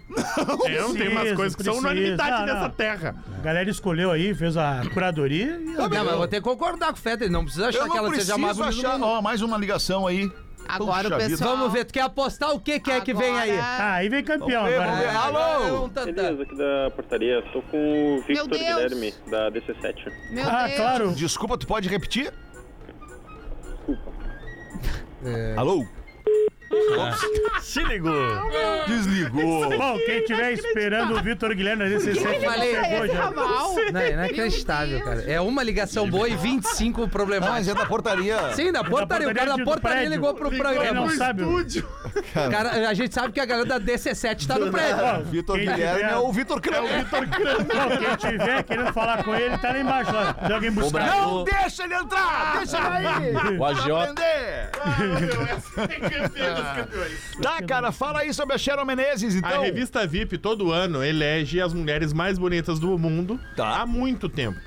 Speaker 6: É, não tem umas
Speaker 4: Precisa,
Speaker 6: coisas que
Speaker 4: precisa.
Speaker 6: são unanimidade
Speaker 4: Não, não.
Speaker 6: nessa terra.
Speaker 4: A galera escolheu aí, fez a curadoria e...
Speaker 3: Não, mas eu vou ter que concordar com o Feder, não precisa achar
Speaker 2: Eu
Speaker 3: que
Speaker 2: não
Speaker 3: ela seja
Speaker 2: preciso
Speaker 3: a mais bonita do
Speaker 2: achar.
Speaker 3: mundo.
Speaker 2: Ó, mais uma ligação aí.
Speaker 5: Agora
Speaker 2: Puxa
Speaker 5: o
Speaker 2: vida.
Speaker 5: pessoal.
Speaker 3: Vamos ver, tu quer apostar o que que é que vem aí?
Speaker 4: Ah, aí vem campeão
Speaker 2: Vamos ver,
Speaker 4: agora.
Speaker 2: vamos ver.
Speaker 4: né?
Speaker 3: Agora é um tantã.
Speaker 9: Beleza, aqui da portaria. Tô com o Victor
Speaker 5: Deus.
Speaker 9: Guilherme, da DC7.
Speaker 5: Meu
Speaker 4: Ah,
Speaker 5: Deus.
Speaker 4: claro.
Speaker 2: Desculpa, tu pode repetir?
Speaker 3: É.
Speaker 2: Alô?
Speaker 6: Se ligou.
Speaker 2: Desligou.
Speaker 4: Bom, quem estiver esperando o Vitor Guilherme na
Speaker 3: Eu
Speaker 4: DC7
Speaker 3: falei-
Speaker 4: chegou
Speaker 5: Esse
Speaker 4: já.
Speaker 5: ramal.
Speaker 3: Não, é inacreditável, cara. É uma ligação boa e 25
Speaker 2: Ah, mas
Speaker 3: problemáticos.
Speaker 2: é da portaria.
Speaker 3: Sim, da portaria. O cara
Speaker 4: de-
Speaker 3: da
Speaker 4: do
Speaker 3: portaria
Speaker 4: prédio.
Speaker 3: ligou pro
Speaker 4: Ele
Speaker 3: programa.
Speaker 4: não sabe. o-
Speaker 3: Cara, a gente sabe que a galera da DC7 tá no prédio.
Speaker 2: Vitor
Speaker 4: Quem
Speaker 2: Guilherme
Speaker 4: tiver-
Speaker 2: é o Vitor Creu.
Speaker 4: Não, quem tiver querendo falar com ele, tá lá embaixo. Lá. Tem alguém buscar.
Speaker 8: Brasil.
Speaker 2: Não deixa ele
Speaker 5: Ah,
Speaker 2: entrar! Deixa ele aí!
Speaker 6: tá
Speaker 8: O agiota.
Speaker 2: Aprender! Tá, cara, fala aí sobre a Sharon Menezes,
Speaker 6: A
Speaker 2: então.
Speaker 6: revista VIP todo ano elege as mulheres mais bonitas do mundo
Speaker 2: Tá.
Speaker 6: há muito tempo.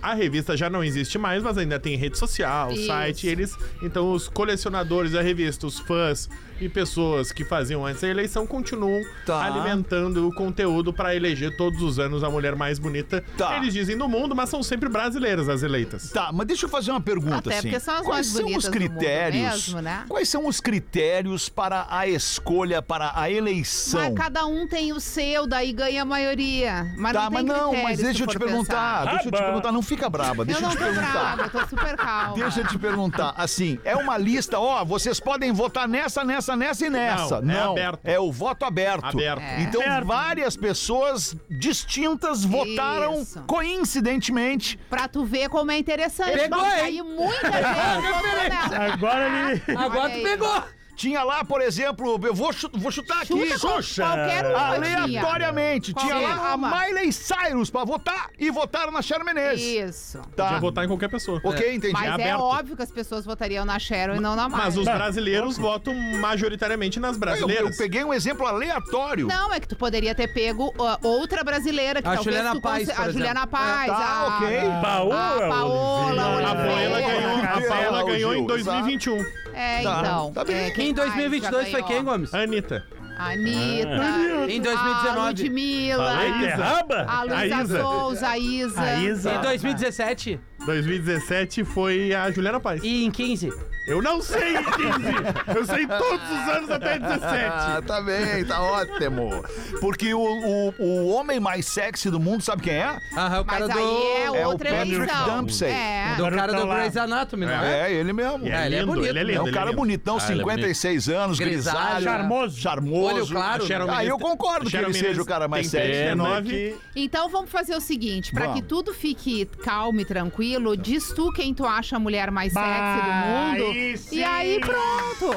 Speaker 6: A revista já não existe mais, mas ainda tem rede social,
Speaker 5: Isso.
Speaker 6: site, eles. Então os colecionadores da revista, os fãs e pessoas que faziam antes da eleição continuam
Speaker 2: Tá.
Speaker 6: alimentando o conteúdo para eleger todos os anos a mulher mais bonita.
Speaker 2: Tá.
Speaker 6: Eles dizem do mundo, mas são sempre brasileiras as eleitas.
Speaker 2: Tá, mas deixa eu fazer uma pergunta,
Speaker 5: Até
Speaker 2: assim.
Speaker 5: porque são as
Speaker 2: quais
Speaker 5: mais
Speaker 2: são os
Speaker 5: bonitas do mundo
Speaker 2: critérios?
Speaker 5: mesmo, né?
Speaker 2: Quais são os critérios para a escolha, para a eleição?
Speaker 5: Mas cada um tem o seu, daí ganha a maioria. Mas
Speaker 2: tá,
Speaker 5: não
Speaker 2: mas
Speaker 5: tem
Speaker 2: não,
Speaker 5: critério,
Speaker 2: mas
Speaker 5: se
Speaker 2: deixa eu
Speaker 5: tu
Speaker 2: te
Speaker 5: for
Speaker 2: perguntar,
Speaker 5: pensar.
Speaker 2: deixa
Speaker 6: Tá
Speaker 2: eu te perguntar, não fica braba, deixa
Speaker 5: Eu
Speaker 2: eu,
Speaker 5: não
Speaker 2: te
Speaker 5: tô
Speaker 2: perguntar.
Speaker 5: brava, eu tô super calma.
Speaker 2: Deixa eu te perguntar, assim, é uma lista, ó, vocês podem votar nessa, nessa, nessa e nessa.
Speaker 6: Não, é
Speaker 2: Não,
Speaker 6: aberto.
Speaker 2: é o voto aberto.
Speaker 6: Aberto.
Speaker 2: Então
Speaker 4: Aberto.
Speaker 2: várias pessoas distintas votaram
Speaker 5: Isso.
Speaker 2: coincidentemente.
Speaker 5: Pra tu ver como é interessante.
Speaker 3: Pegou,
Speaker 5: Mas
Speaker 3: hein?
Speaker 5: Aí muita gente votou nela.
Speaker 4: Agora ele.
Speaker 3: Agora
Speaker 5: Olha
Speaker 3: tu
Speaker 5: aí.
Speaker 3: pegou.
Speaker 2: Tinha lá, por exemplo, eu vou, chu- vou chutar aqui.
Speaker 5: Chuta com qualquer um.
Speaker 2: Aleatoriamente.
Speaker 5: Qual
Speaker 2: Tinha
Speaker 5: é?
Speaker 2: lá a Miley Cyrus pra votar e votaram na Sharon Menezes.
Speaker 5: Isso.
Speaker 6: Podia
Speaker 2: Tá.
Speaker 6: votar em qualquer pessoa.
Speaker 2: Ok, entendi.
Speaker 5: Mas é,
Speaker 6: aberto.
Speaker 5: óbvio que as pessoas votariam na Sharon e não na Mari.
Speaker 6: Mas os brasileiros votam majoritariamente nas
Speaker 2: Eu, eu
Speaker 6: brasileiras.
Speaker 2: peguei um exemplo aleatório.
Speaker 5: Não, é que tu poderia ter pego ó, outra brasileira que
Speaker 3: A
Speaker 5: talvez
Speaker 3: Juliana
Speaker 5: tu
Speaker 3: Paes,
Speaker 5: consi-
Speaker 3: por
Speaker 5: A
Speaker 3: exemplo.
Speaker 5: Juliana Paz.
Speaker 2: Tá,
Speaker 5: a,
Speaker 2: ok.
Speaker 5: a
Speaker 4: Ah, Paola,
Speaker 5: Ah, Paola,
Speaker 4: Oliveira.
Speaker 6: A
Speaker 5: Oliveira.
Speaker 6: Paola ganhou, a
Speaker 2: Gabriela,
Speaker 6: Paola
Speaker 2: o
Speaker 6: ganhou em
Speaker 2: Gil, exato.
Speaker 6: 2021.
Speaker 5: É,
Speaker 2: Tá,
Speaker 5: então.
Speaker 2: tá bem.
Speaker 5: é, quem
Speaker 3: Em
Speaker 5: mais já
Speaker 3: 2022 foi
Speaker 5: ganhou?
Speaker 3: quem, Gomes?
Speaker 6: Anitta.
Speaker 5: Anitta.
Speaker 3: Em 2019.
Speaker 5: A Ludmilla. A
Speaker 6: A
Speaker 5: Luísa
Speaker 6: Isa.
Speaker 5: Souza, a Isa.
Speaker 4: A Isa.
Speaker 3: Em 2017
Speaker 6: 2017 foi a Juliana Paz.
Speaker 3: e em 15.
Speaker 6: Eu não sei, 15. Eu sei todos os anos até 17.
Speaker 2: Ah, tá bem, tá ótimo. Porque o, o, o homem mais sexy do mundo, sabe quem é?
Speaker 3: Ah, é o cara
Speaker 5: Mas
Speaker 3: do.
Speaker 5: aí é
Speaker 2: É o
Speaker 5: outra
Speaker 2: Patrick
Speaker 5: eleição.
Speaker 2: Dempsey.
Speaker 5: É.
Speaker 3: Do
Speaker 4: Agora
Speaker 3: cara
Speaker 4: tá
Speaker 3: do
Speaker 4: lá.
Speaker 3: Grey's Anatomy, não é?
Speaker 2: É, ele mesmo.
Speaker 6: É,
Speaker 3: ele é bonito,
Speaker 6: ele é
Speaker 3: né?
Speaker 6: lindo.
Speaker 2: É um
Speaker 6: ele
Speaker 2: cara
Speaker 6: lindo.
Speaker 2: bonitão,
Speaker 8: Ah, ele é bonito.
Speaker 2: 56 anos, grisalho,
Speaker 3: Grisalho.
Speaker 4: Charmoso.
Speaker 2: charmoso.
Speaker 3: Olho claro.
Speaker 6: A Sharon
Speaker 2: Ah, eu
Speaker 6: Menezes-
Speaker 2: concordo que
Speaker 6: Sharon
Speaker 2: ele seja
Speaker 6: Menezes
Speaker 2: o cara mais
Speaker 6: tem
Speaker 2: sexy.
Speaker 6: pena,
Speaker 2: né?
Speaker 6: que-
Speaker 5: Então vamos fazer o seguinte, pra
Speaker 2: Vamos.
Speaker 5: que tudo fique calmo e tranquilo, diz tu quem tu acha a mulher mais sexy
Speaker 4: Bah,
Speaker 5: do mundo.
Speaker 4: aí
Speaker 5: E
Speaker 4: sim.
Speaker 5: aí pronto.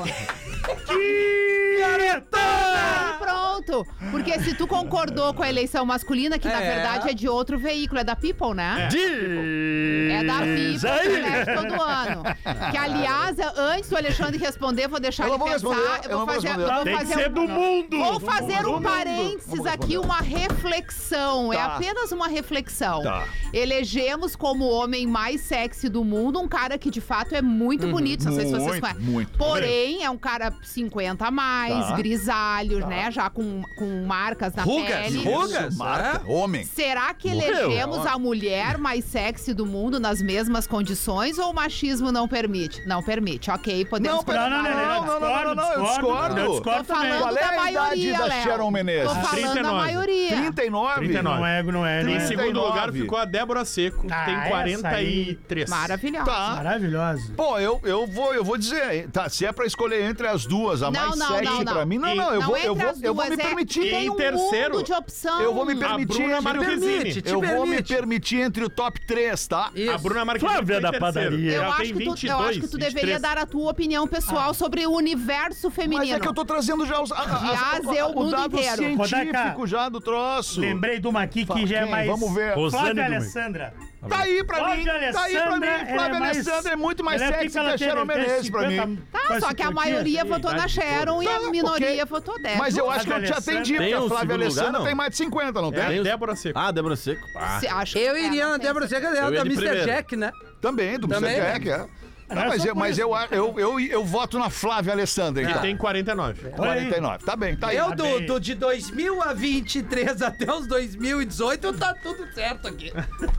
Speaker 4: Gareta!
Speaker 5: Pronto! Porque se tu concordou com a eleição masculina, que na
Speaker 3: É.
Speaker 5: verdade é de outro veículo, é da People, né?
Speaker 4: Diz
Speaker 5: É, da People,
Speaker 4: aí.
Speaker 5: que elege todo ano. Que, aliás, antes do Alexandre responder, vou deixar
Speaker 2: Eu não
Speaker 5: ele
Speaker 2: vou
Speaker 5: pensar.
Speaker 2: responder, eu
Speaker 5: eu
Speaker 2: não
Speaker 5: vou
Speaker 2: vou
Speaker 5: fazer,
Speaker 2: responder.
Speaker 5: vou
Speaker 4: Tem que
Speaker 5: fazer
Speaker 4: ser
Speaker 5: um-
Speaker 4: do mundo.
Speaker 5: Vou fazer
Speaker 4: Do
Speaker 5: um
Speaker 4: mundo.
Speaker 5: parênteses aqui, uma reflexão. É
Speaker 2: Tá.
Speaker 5: apenas uma reflexão.
Speaker 2: Tá.
Speaker 5: Elegemos como o homem mais sexy do mundo um cara que de fato é muito bonito. Não sei se vocês
Speaker 2: Muito,
Speaker 5: conhecem.
Speaker 2: muito.
Speaker 5: Porém, é um cara 50 a mais,
Speaker 2: Tá.
Speaker 5: grisalho, né? Já com, com marcas na
Speaker 3: Rugas,
Speaker 5: pele.
Speaker 3: rugas.
Speaker 2: Marca,
Speaker 3: é?
Speaker 2: homem.
Speaker 5: Será que elegemos a mulher mais sexy do mundo nas mesmas condições ou o machismo não permite? Não permite, ok, podemos
Speaker 2: Não, pera-
Speaker 5: continuar.
Speaker 4: Não, não, não,
Speaker 2: não, não, não, não, eu discordo.
Speaker 4: Eu
Speaker 5: Tô
Speaker 4: discordo também.
Speaker 5: falando
Speaker 2: Qual é
Speaker 5: da
Speaker 2: a idade
Speaker 5: maioria,
Speaker 2: da
Speaker 5: Léo.
Speaker 2: Sharon Menezes?
Speaker 5: Tô falando da
Speaker 6: 39.
Speaker 5: maioria.
Speaker 2: 39?
Speaker 6: 39.
Speaker 4: Não é, não é. Não
Speaker 6: Em
Speaker 2: Trinta
Speaker 4: é.
Speaker 2: e-
Speaker 6: segundo
Speaker 2: 39.
Speaker 6: lugar ficou a Débora Seco,
Speaker 4: Ah,
Speaker 6: tem
Speaker 4: essa
Speaker 6: 43.
Speaker 5: Maravilhosa.
Speaker 2: Tá.
Speaker 4: Maravilhosa.
Speaker 2: Pô, eu, eu, vou, eu vou dizer, tá, se é pra escolher entre as duas, a
Speaker 5: Não,
Speaker 2: mais
Speaker 5: não,
Speaker 2: sexy
Speaker 5: não, não.
Speaker 2: pra mim, não, não, eu
Speaker 5: Não
Speaker 2: vou,
Speaker 5: entre
Speaker 2: eu vou,
Speaker 5: as
Speaker 2: eu vou me
Speaker 5: duas, é-
Speaker 2: permitir.
Speaker 5: Tem um
Speaker 6: terceiro,
Speaker 5: mundo de opção.
Speaker 2: Eu vou me
Speaker 6: A
Speaker 2: permitir.
Speaker 6: Bruna
Speaker 2: entre-
Speaker 6: Marquezine.
Speaker 3: Permite, te
Speaker 2: eu vou me
Speaker 3: permite.
Speaker 2: permitir entre o top 3, tá?
Speaker 6: A
Speaker 3: Isso.
Speaker 6: Bruna Marquezine
Speaker 4: Flávia
Speaker 6: foi
Speaker 4: da
Speaker 6: terceira.
Speaker 4: padaria.
Speaker 5: Eu
Speaker 6: Ela
Speaker 5: acho,
Speaker 6: tem
Speaker 5: que tu,
Speaker 6: 22,
Speaker 5: eu acho que tu
Speaker 6: 23.
Speaker 5: deveria dar a tua opinião pessoal sobre o universo
Speaker 2: Tá. Mas
Speaker 5: feminino.
Speaker 2: é que eu tô trazendo já os, a, a,
Speaker 5: Já
Speaker 2: as-
Speaker 5: zeu o
Speaker 2: o
Speaker 5: mundo
Speaker 2: dado
Speaker 5: inteiro.
Speaker 2: científico
Speaker 4: Rodaica,
Speaker 2: já do troço.
Speaker 4: Lembrei de uma aqui que já é
Speaker 2: Quem?
Speaker 4: mais.
Speaker 2: Vamos ver.
Speaker 4: Flávia
Speaker 7: Rosane Domingues.
Speaker 4: Alessandra.
Speaker 2: Tá aí pra mim.
Speaker 4: Olha,
Speaker 2: Tá aí pra mim.
Speaker 4: Alessandra, ela
Speaker 2: Flávia
Speaker 4: é mais-
Speaker 2: Alessandra é muito mais
Speaker 4: ela é
Speaker 2: sexy
Speaker 4: pica,
Speaker 2: que a
Speaker 4: ela
Speaker 2: Sharon
Speaker 4: teve- teve
Speaker 2: Menezes pra mim.
Speaker 4: 50,
Speaker 5: Tá,
Speaker 4: quase
Speaker 5: só que a
Speaker 4: 50,
Speaker 5: maioria
Speaker 4: sim,
Speaker 5: votou na
Speaker 4: idade de
Speaker 5: Sharon e
Speaker 2: Tá,
Speaker 5: a
Speaker 2: ok.
Speaker 5: minoria votou 10.
Speaker 2: Mas eu
Speaker 4: Mas
Speaker 2: acho que eu te
Speaker 4: Alessandra-
Speaker 2: atendi, porque
Speaker 8: Tem
Speaker 2: a
Speaker 8: o
Speaker 2: Flávia
Speaker 8: segundo lugar,
Speaker 2: Alessandra
Speaker 8: não?
Speaker 2: tem mais de 50, não
Speaker 6: É
Speaker 2: tem?
Speaker 6: a Débora Seco.
Speaker 8: Ah, Débora Seco. Ah,
Speaker 5: acho
Speaker 3: Eu iria
Speaker 5: é, não
Speaker 3: na
Speaker 5: tem
Speaker 3: Débora
Speaker 5: certeza.
Speaker 3: Seca, da
Speaker 8: Eu ia de
Speaker 3: Mr.
Speaker 8: primeiro.
Speaker 3: Jack, né?
Speaker 2: Também, do Mr.
Speaker 3: Também.
Speaker 2: Jack, é. Não, mas eu, mas eu, eu, eu, eu voto na Flávia Alessandra,
Speaker 6: Que
Speaker 2: então.
Speaker 6: tem 49.
Speaker 4: Olha aí.
Speaker 2: 49. Tá bem, tá aí.
Speaker 3: Eu,
Speaker 4: tá bem.
Speaker 3: do, do- de 2000 a 23 até os 2018, tá tudo certo aqui.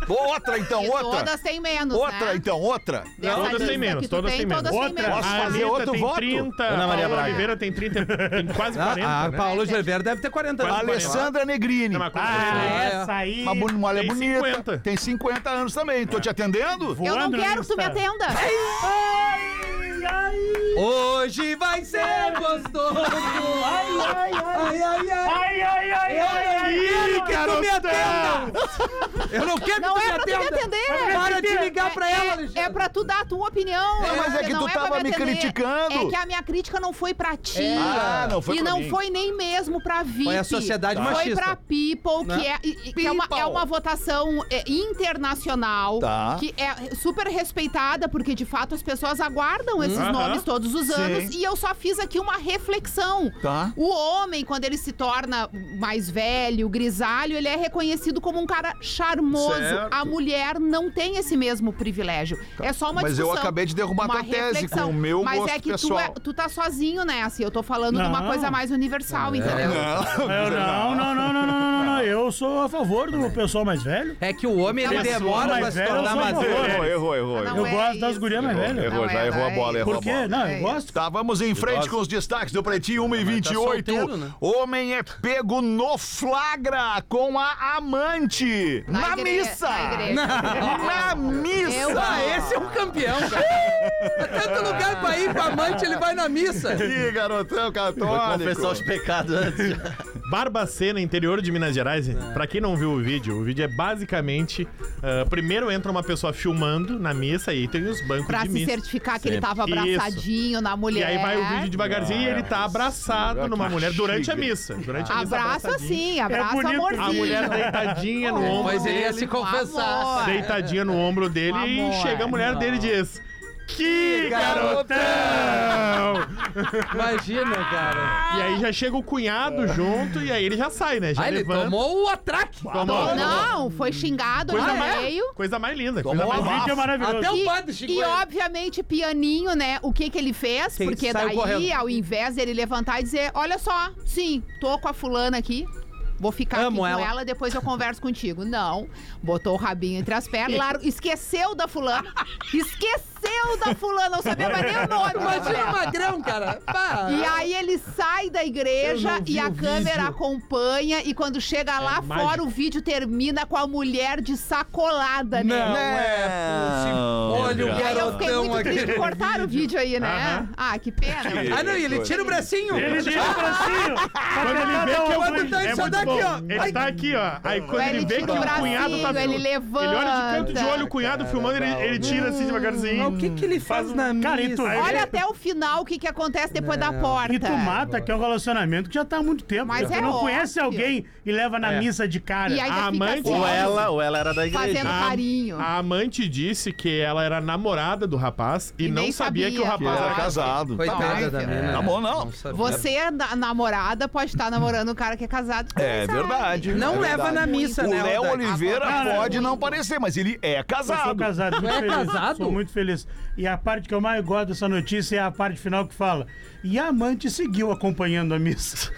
Speaker 2: Outra, então,
Speaker 5: E
Speaker 2: outra.
Speaker 5: todas têm menos,
Speaker 2: Outra,
Speaker 5: né?
Speaker 2: então, outra.
Speaker 5: Dessa
Speaker 6: Todas
Speaker 5: lista
Speaker 6: têm menos,
Speaker 5: que tu
Speaker 6: todas
Speaker 5: tem,
Speaker 6: têm menos. Ah,
Speaker 5: têm
Speaker 4: Outra.
Speaker 5: menos.
Speaker 2: Posso
Speaker 6: A
Speaker 2: fazer
Speaker 6: Anitta
Speaker 2: outro
Speaker 6: tem
Speaker 2: voto?
Speaker 6: 30,
Speaker 8: Ana
Speaker 6: a
Speaker 8: Maria
Speaker 6: Paola
Speaker 8: Braga.
Speaker 6: Oliveira tem 30, tem quase 40,
Speaker 3: Ah, a
Speaker 6: né?
Speaker 3: Paola Oliveira deve ter 40 anos.
Speaker 6: Quase
Speaker 2: Alessandra Negrini.
Speaker 6: Não, mas quase
Speaker 4: Ah,
Speaker 6: 40.
Speaker 4: essa aí.
Speaker 2: Uma bu- mulher
Speaker 6: Tem
Speaker 2: bonita.
Speaker 6: 50.
Speaker 2: Tem 50 anos também. Tô te atendendo?
Speaker 5: Eu não
Speaker 4: Voando
Speaker 5: quero
Speaker 4: no
Speaker 5: que tu me
Speaker 4: Insta.
Speaker 5: atenda.
Speaker 2: É
Speaker 3: Hoje vai ser gostoso! Ai, ai, ai, ai!
Speaker 4: Ai, ai, ai, ai, ai.
Speaker 3: Eu não quero que tu me atenda! Eu não quero que
Speaker 5: Não
Speaker 3: tu me
Speaker 5: é pra tu me
Speaker 3: atenda!
Speaker 5: atender.
Speaker 3: Para de ligar pra ela,
Speaker 5: É, é
Speaker 3: Alexandre!
Speaker 5: pra tu dar a tua opinião.
Speaker 2: É, mas é que
Speaker 5: não
Speaker 2: tu
Speaker 5: pra
Speaker 2: tava me
Speaker 5: atender.
Speaker 2: criticando.
Speaker 5: É que a minha crítica não foi pra ti.
Speaker 2: Ah, não foi
Speaker 5: E
Speaker 2: pra
Speaker 5: não
Speaker 2: mim.
Speaker 5: foi nem mesmo pra VIP.
Speaker 3: Foi a sociedade
Speaker 5: Foi
Speaker 3: machista.
Speaker 5: pra People,
Speaker 3: Né?
Speaker 5: que, é, e- e- que é, uma,
Speaker 2: People.
Speaker 5: é uma votação é, internacional,
Speaker 2: Tá.
Speaker 5: que é super respeitada, porque de fato as pessoas aguardam esses
Speaker 6: Aham.
Speaker 5: nomes todos os anos.
Speaker 2: Sim.
Speaker 5: E eu só fiz aqui uma reflexão.
Speaker 2: Tá.
Speaker 5: O homem, quando ele se torna mais velho, grisalho, ele é reconhecido como um cara charmoso.
Speaker 2: Certo. Tá.
Speaker 5: A mulher não tem esse mesmo privilégio. É só uma
Speaker 2: Mas eu
Speaker 5: discussão.
Speaker 2: acabei de derrubar
Speaker 5: uma
Speaker 2: tua tese
Speaker 5: reflexão.
Speaker 2: com o meu
Speaker 5: Mas
Speaker 2: gosto
Speaker 5: é que Tu,
Speaker 2: pessoal.
Speaker 5: tu tá sozinho nessa. Eu tô falando de uma
Speaker 4: Não.
Speaker 5: coisa mais universal, entendeu?
Speaker 4: Eu não, não, não, não, não, não, não, não. Eu sou a favor do pessoal mais velho.
Speaker 3: É que o homem ele
Speaker 4: Pessoa
Speaker 3: demora pra
Speaker 4: mais
Speaker 3: se
Speaker 4: velha,
Speaker 3: tornar
Speaker 4: eu sou
Speaker 3: mais
Speaker 4: a favor.
Speaker 3: velho. é um
Speaker 2: Errou, errou, errou.
Speaker 5: Não
Speaker 2: errou.
Speaker 4: Eu
Speaker 5: é
Speaker 4: gosto das
Speaker 5: isso.
Speaker 4: gurias mais
Speaker 2: Errou,
Speaker 4: velhas.
Speaker 2: errou,
Speaker 5: Não
Speaker 2: já
Speaker 5: é,
Speaker 2: errou a
Speaker 5: não é
Speaker 2: bola, errou
Speaker 4: Por
Speaker 2: a
Speaker 4: quê?
Speaker 2: bola.
Speaker 4: Não,
Speaker 5: É
Speaker 4: eu
Speaker 5: isso.
Speaker 4: gosto.
Speaker 2: Tá, vamos em frente com os destaques do Pretinho 1 e
Speaker 3: solteiro, né?
Speaker 2: 28. Homem é pego no flagra com a amante. Na,
Speaker 5: igreja-
Speaker 2: missa!
Speaker 5: na igreja.
Speaker 2: Na missa!
Speaker 5: Eu-
Speaker 3: Ah, esse é um campeão, cara. Tanto lugar pra ir pra amante, ele vai na missa.
Speaker 2: Ih,
Speaker 8: Vou
Speaker 2: garotão
Speaker 8: confessar os
Speaker 2: católico.
Speaker 8: pecados antes.
Speaker 6: Barbacena, interior de Minas Gerais. Pra quem não viu o vídeo, o vídeo é basicamente: ah, primeiro entra uma pessoa filmando na missa e aí tem os bancos
Speaker 5: Pra
Speaker 6: de
Speaker 5: se
Speaker 6: missa.
Speaker 5: certificar que ele
Speaker 8: Sempre.
Speaker 5: tava
Speaker 6: Isso.
Speaker 5: abraçadinho na mulher.
Speaker 6: E aí vai o vídeo devagarzinho e ele tá abraçado
Speaker 2: olha
Speaker 6: numa
Speaker 2: que
Speaker 6: mulher durante a
Speaker 2: chique.
Speaker 6: missa. Durante a missa.
Speaker 5: Abraça
Speaker 6: abraçadinho. É
Speaker 5: sim, abraça o
Speaker 4: bonito.
Speaker 6: A mulher
Speaker 5: amorzinho.
Speaker 6: deitadinha no ombro.
Speaker 3: Mas ele ia
Speaker 5: dele,
Speaker 3: se confessar.
Speaker 5: amor.
Speaker 6: deitadinha no ombro
Speaker 5: é.
Speaker 6: dele
Speaker 5: Amor.
Speaker 6: e chega a mulher dele e diz: Que garotão!
Speaker 3: Imagina, cara.
Speaker 6: E aí já chega o
Speaker 2: É.
Speaker 6: cunhado junto e aí ele já sai, né? Já
Speaker 3: Ah, ele
Speaker 6: levanta.
Speaker 3: tomou o atraque.
Speaker 6: Tomou.
Speaker 5: Não, foi xingado,
Speaker 6: Coisa,
Speaker 5: já
Speaker 6: mais,
Speaker 5: veio.
Speaker 6: coisa mais linda.
Speaker 2: Tomou
Speaker 4: O
Speaker 6: coisa
Speaker 2: uma
Speaker 6: mais
Speaker 4: vídeo é maravilhoso.
Speaker 3: Até o
Speaker 5: E,
Speaker 3: padre xingou
Speaker 5: e,
Speaker 3: ele.
Speaker 5: obviamente, pianinho, né? O que que ele fez?
Speaker 3: Que ele
Speaker 5: Porque
Speaker 3: saiu
Speaker 5: daí,
Speaker 3: correndo.
Speaker 5: ao invés dele levantar e dizer: Olha só, sim, tô com a fulana aqui. Vou ficar
Speaker 3: Amo
Speaker 5: aqui com
Speaker 3: ela.
Speaker 5: ela, depois eu converso contigo. Não. Botou o rabinho entre as pernas, lar- esqueceu da fulana. Esqueceu da fulana, não sabia mais nem o nome. da
Speaker 3: Imagina
Speaker 5: mulher.
Speaker 3: o magrão, cara. Pá.
Speaker 5: é E aí ele sai da igreja e a câmera acompanha e quando
Speaker 3: É
Speaker 5: chega lá fora o vídeo termina com a mulher de sacolada, né?
Speaker 3: Não é possível. Olha o
Speaker 5: E aí eu fiquei
Speaker 3: garotão
Speaker 5: muito triste,
Speaker 3: aqui.
Speaker 5: cortaram o vídeo aí, né?
Speaker 6: Aham.
Speaker 5: Ah, que pena.
Speaker 3: Ah, não, e ele tira o bracinho.
Speaker 4: Ele tira o bracinho. Quando
Speaker 6: Ele vê que é o
Speaker 3: Quando
Speaker 6: cunhado-
Speaker 3: tá isso
Speaker 6: muito
Speaker 3: daqui,
Speaker 6: bom.
Speaker 3: ó.
Speaker 6: Ele
Speaker 3: Ai.
Speaker 6: tá aqui, ó. Aí quando
Speaker 5: Aí
Speaker 6: ele,
Speaker 5: ele
Speaker 6: vê
Speaker 5: tira
Speaker 6: que
Speaker 5: o
Speaker 6: o cunhado tá
Speaker 5: bracinho, ele
Speaker 6: Ele olha de canto de
Speaker 5: levanta.
Speaker 6: olho o cunhado filmando, ele, ele tira assim
Speaker 3: Mas
Speaker 6: devagarzinho.
Speaker 3: o que que ele faz um na
Speaker 4: Cara, e tu-
Speaker 3: missa?
Speaker 5: Olha até o final o que, que acontece depois
Speaker 6: É.
Speaker 5: da porta.
Speaker 4: E tu mata, que é um relacionamento que já tá há muito tempo.
Speaker 5: tá." Mas
Speaker 4: tu
Speaker 5: é
Speaker 4: não
Speaker 5: óbvio.
Speaker 4: conhece alguém e leva
Speaker 3: É.
Speaker 4: na missa de cara. Ah,
Speaker 5: E ainda
Speaker 6: A
Speaker 5: fica
Speaker 6: amante
Speaker 5: assim,
Speaker 8: Ou ela, ou ela era da igreja.
Speaker 5: fazendo carinho.
Speaker 6: A amante disse que ela era namorada do rapaz e,
Speaker 5: E
Speaker 6: não
Speaker 5: nem
Speaker 6: sabia, que o
Speaker 5: sabia.
Speaker 2: Que
Speaker 6: rapaz
Speaker 2: era
Speaker 6: era casado.
Speaker 2: é casado.
Speaker 3: Coitada da menina.
Speaker 2: Tá bom, não.
Speaker 3: sabia.
Speaker 5: Você, na- namorada, pode estar namorando um cara que é casado. que
Speaker 2: É
Speaker 5: não sabe.
Speaker 2: verdade.
Speaker 3: Não
Speaker 2: é
Speaker 3: leva
Speaker 2: verdade.
Speaker 3: na missa,
Speaker 2: O
Speaker 3: né?
Speaker 2: Léo
Speaker 3: Rodaica?
Speaker 2: Oliveira
Speaker 4: Cara,
Speaker 2: pode
Speaker 5: eu-
Speaker 2: não parecer, mas ele é
Speaker 4: Eu sou
Speaker 2: casado.
Speaker 4: casado, muito
Speaker 3: é
Speaker 4: feliz.
Speaker 3: casado?
Speaker 4: Sou muito feliz. E a parte que eu mais gosto dessa notícia é a parte final que fala. E a amante seguiu acompanhando a missa.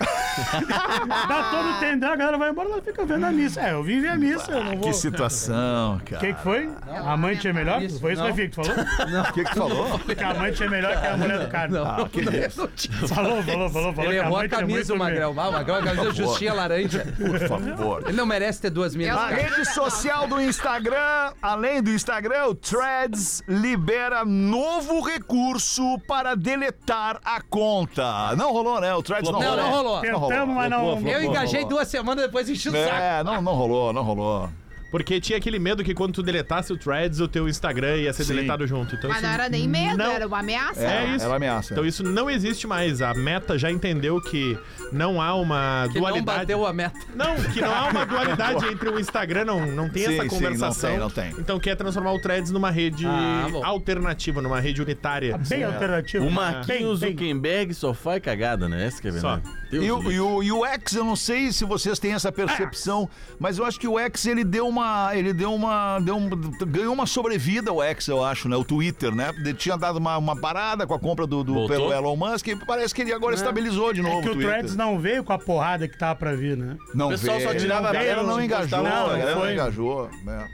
Speaker 4: Dá todo o tendão, a galera vai embora, ela fica vendo a missa. É, eu vivi a missa,
Speaker 3: Ah,
Speaker 4: eu não vou.
Speaker 2: Que
Speaker 4: O
Speaker 2: situação,
Speaker 4: que,
Speaker 2: cara.
Speaker 4: que foi? a amante é melhor?
Speaker 3: Isso,
Speaker 4: foi isso,
Speaker 3: não.
Speaker 4: Rafinha, que tu falou?
Speaker 2: O que, que tu falou?
Speaker 4: que a amante é melhor que a mulher do cara.
Speaker 3: Não,
Speaker 2: que
Speaker 3: não,
Speaker 2: isso.
Speaker 3: não tinha.
Speaker 4: Falou, falou, falou, falou.
Speaker 3: Ah, Ele
Speaker 4: que
Speaker 3: errou a
Speaker 4: amante é
Speaker 3: camisa,
Speaker 4: muito
Speaker 3: o Magrão. Ah, o Magrão, a camisa
Speaker 2: favor.
Speaker 3: justinha laranja.
Speaker 2: Por favor.
Speaker 3: Ele não merece ter duas minas,
Speaker 2: A
Speaker 3: cara.
Speaker 2: rede social do Instagram, além do Instagram, o Threads libera novo recurso para deletar a conta. Não rolou, né? O Threads não,
Speaker 3: Não, não
Speaker 2: rolou.
Speaker 3: rolou.
Speaker 4: Tentamos, mas não.
Speaker 2: Né?
Speaker 3: Eu engajei duas semanas, depois enchi o saco.
Speaker 2: É, não, não rolou, não rolou.
Speaker 6: Porque tinha aquele medo que quando tu deletasse o Threads, o teu Instagram ia ser deletado junto. Então,
Speaker 5: Mas
Speaker 6: isso
Speaker 5: não era nem medo,
Speaker 6: não-
Speaker 5: era uma ameaça.
Speaker 6: É isso.
Speaker 2: Ela ameaça.
Speaker 6: Então isso não existe mais. A meta já entendeu que não há uma
Speaker 3: Que não
Speaker 6: dualidade.
Speaker 3: bateu a meta.
Speaker 5: Tá.
Speaker 6: Não, que não há uma dualidade entre o Instagram, não, não tem
Speaker 2: Sim,
Speaker 6: essa
Speaker 2: sim,
Speaker 6: conversação.
Speaker 2: não tem, não tem.
Speaker 6: Então quer transformar o Threads numa rede
Speaker 3: Ah, bom.
Speaker 6: alternativa, numa rede unitária.
Speaker 4: Tá Bem alternativo.
Speaker 8: O
Speaker 4: Bem,
Speaker 8: Marquinhos
Speaker 4: bem.
Speaker 8: Zuckerberg só faz cagada, né? Essa que é a verdade. Deus
Speaker 2: E
Speaker 8: me
Speaker 2: o,
Speaker 8: livre.
Speaker 2: e, o, e o X, eu não sei se vocês têm essa percepção, mas eu acho que o X ele deu uma. Ele deu uma. Deu um- ganhou uma sobrevida, o X, eu acho, né? O Twitter, né? Ele tinha dado uma, uma parada com a compra do, do-
Speaker 8: Voltou?
Speaker 2: pelo Elon Musk e parece que ele agora estabilizou de novo.
Speaker 4: É que o
Speaker 2: Twitter.
Speaker 4: Threads não veio com a porrada que tava pra vir, né?
Speaker 2: Não
Speaker 8: O pessoal só
Speaker 2: veio.
Speaker 8: tirava
Speaker 2: a galera
Speaker 8: print,
Speaker 2: não engajou,
Speaker 8: postava,
Speaker 2: não,
Speaker 8: não,
Speaker 2: a galera não
Speaker 8: foi.
Speaker 2: engajou, né?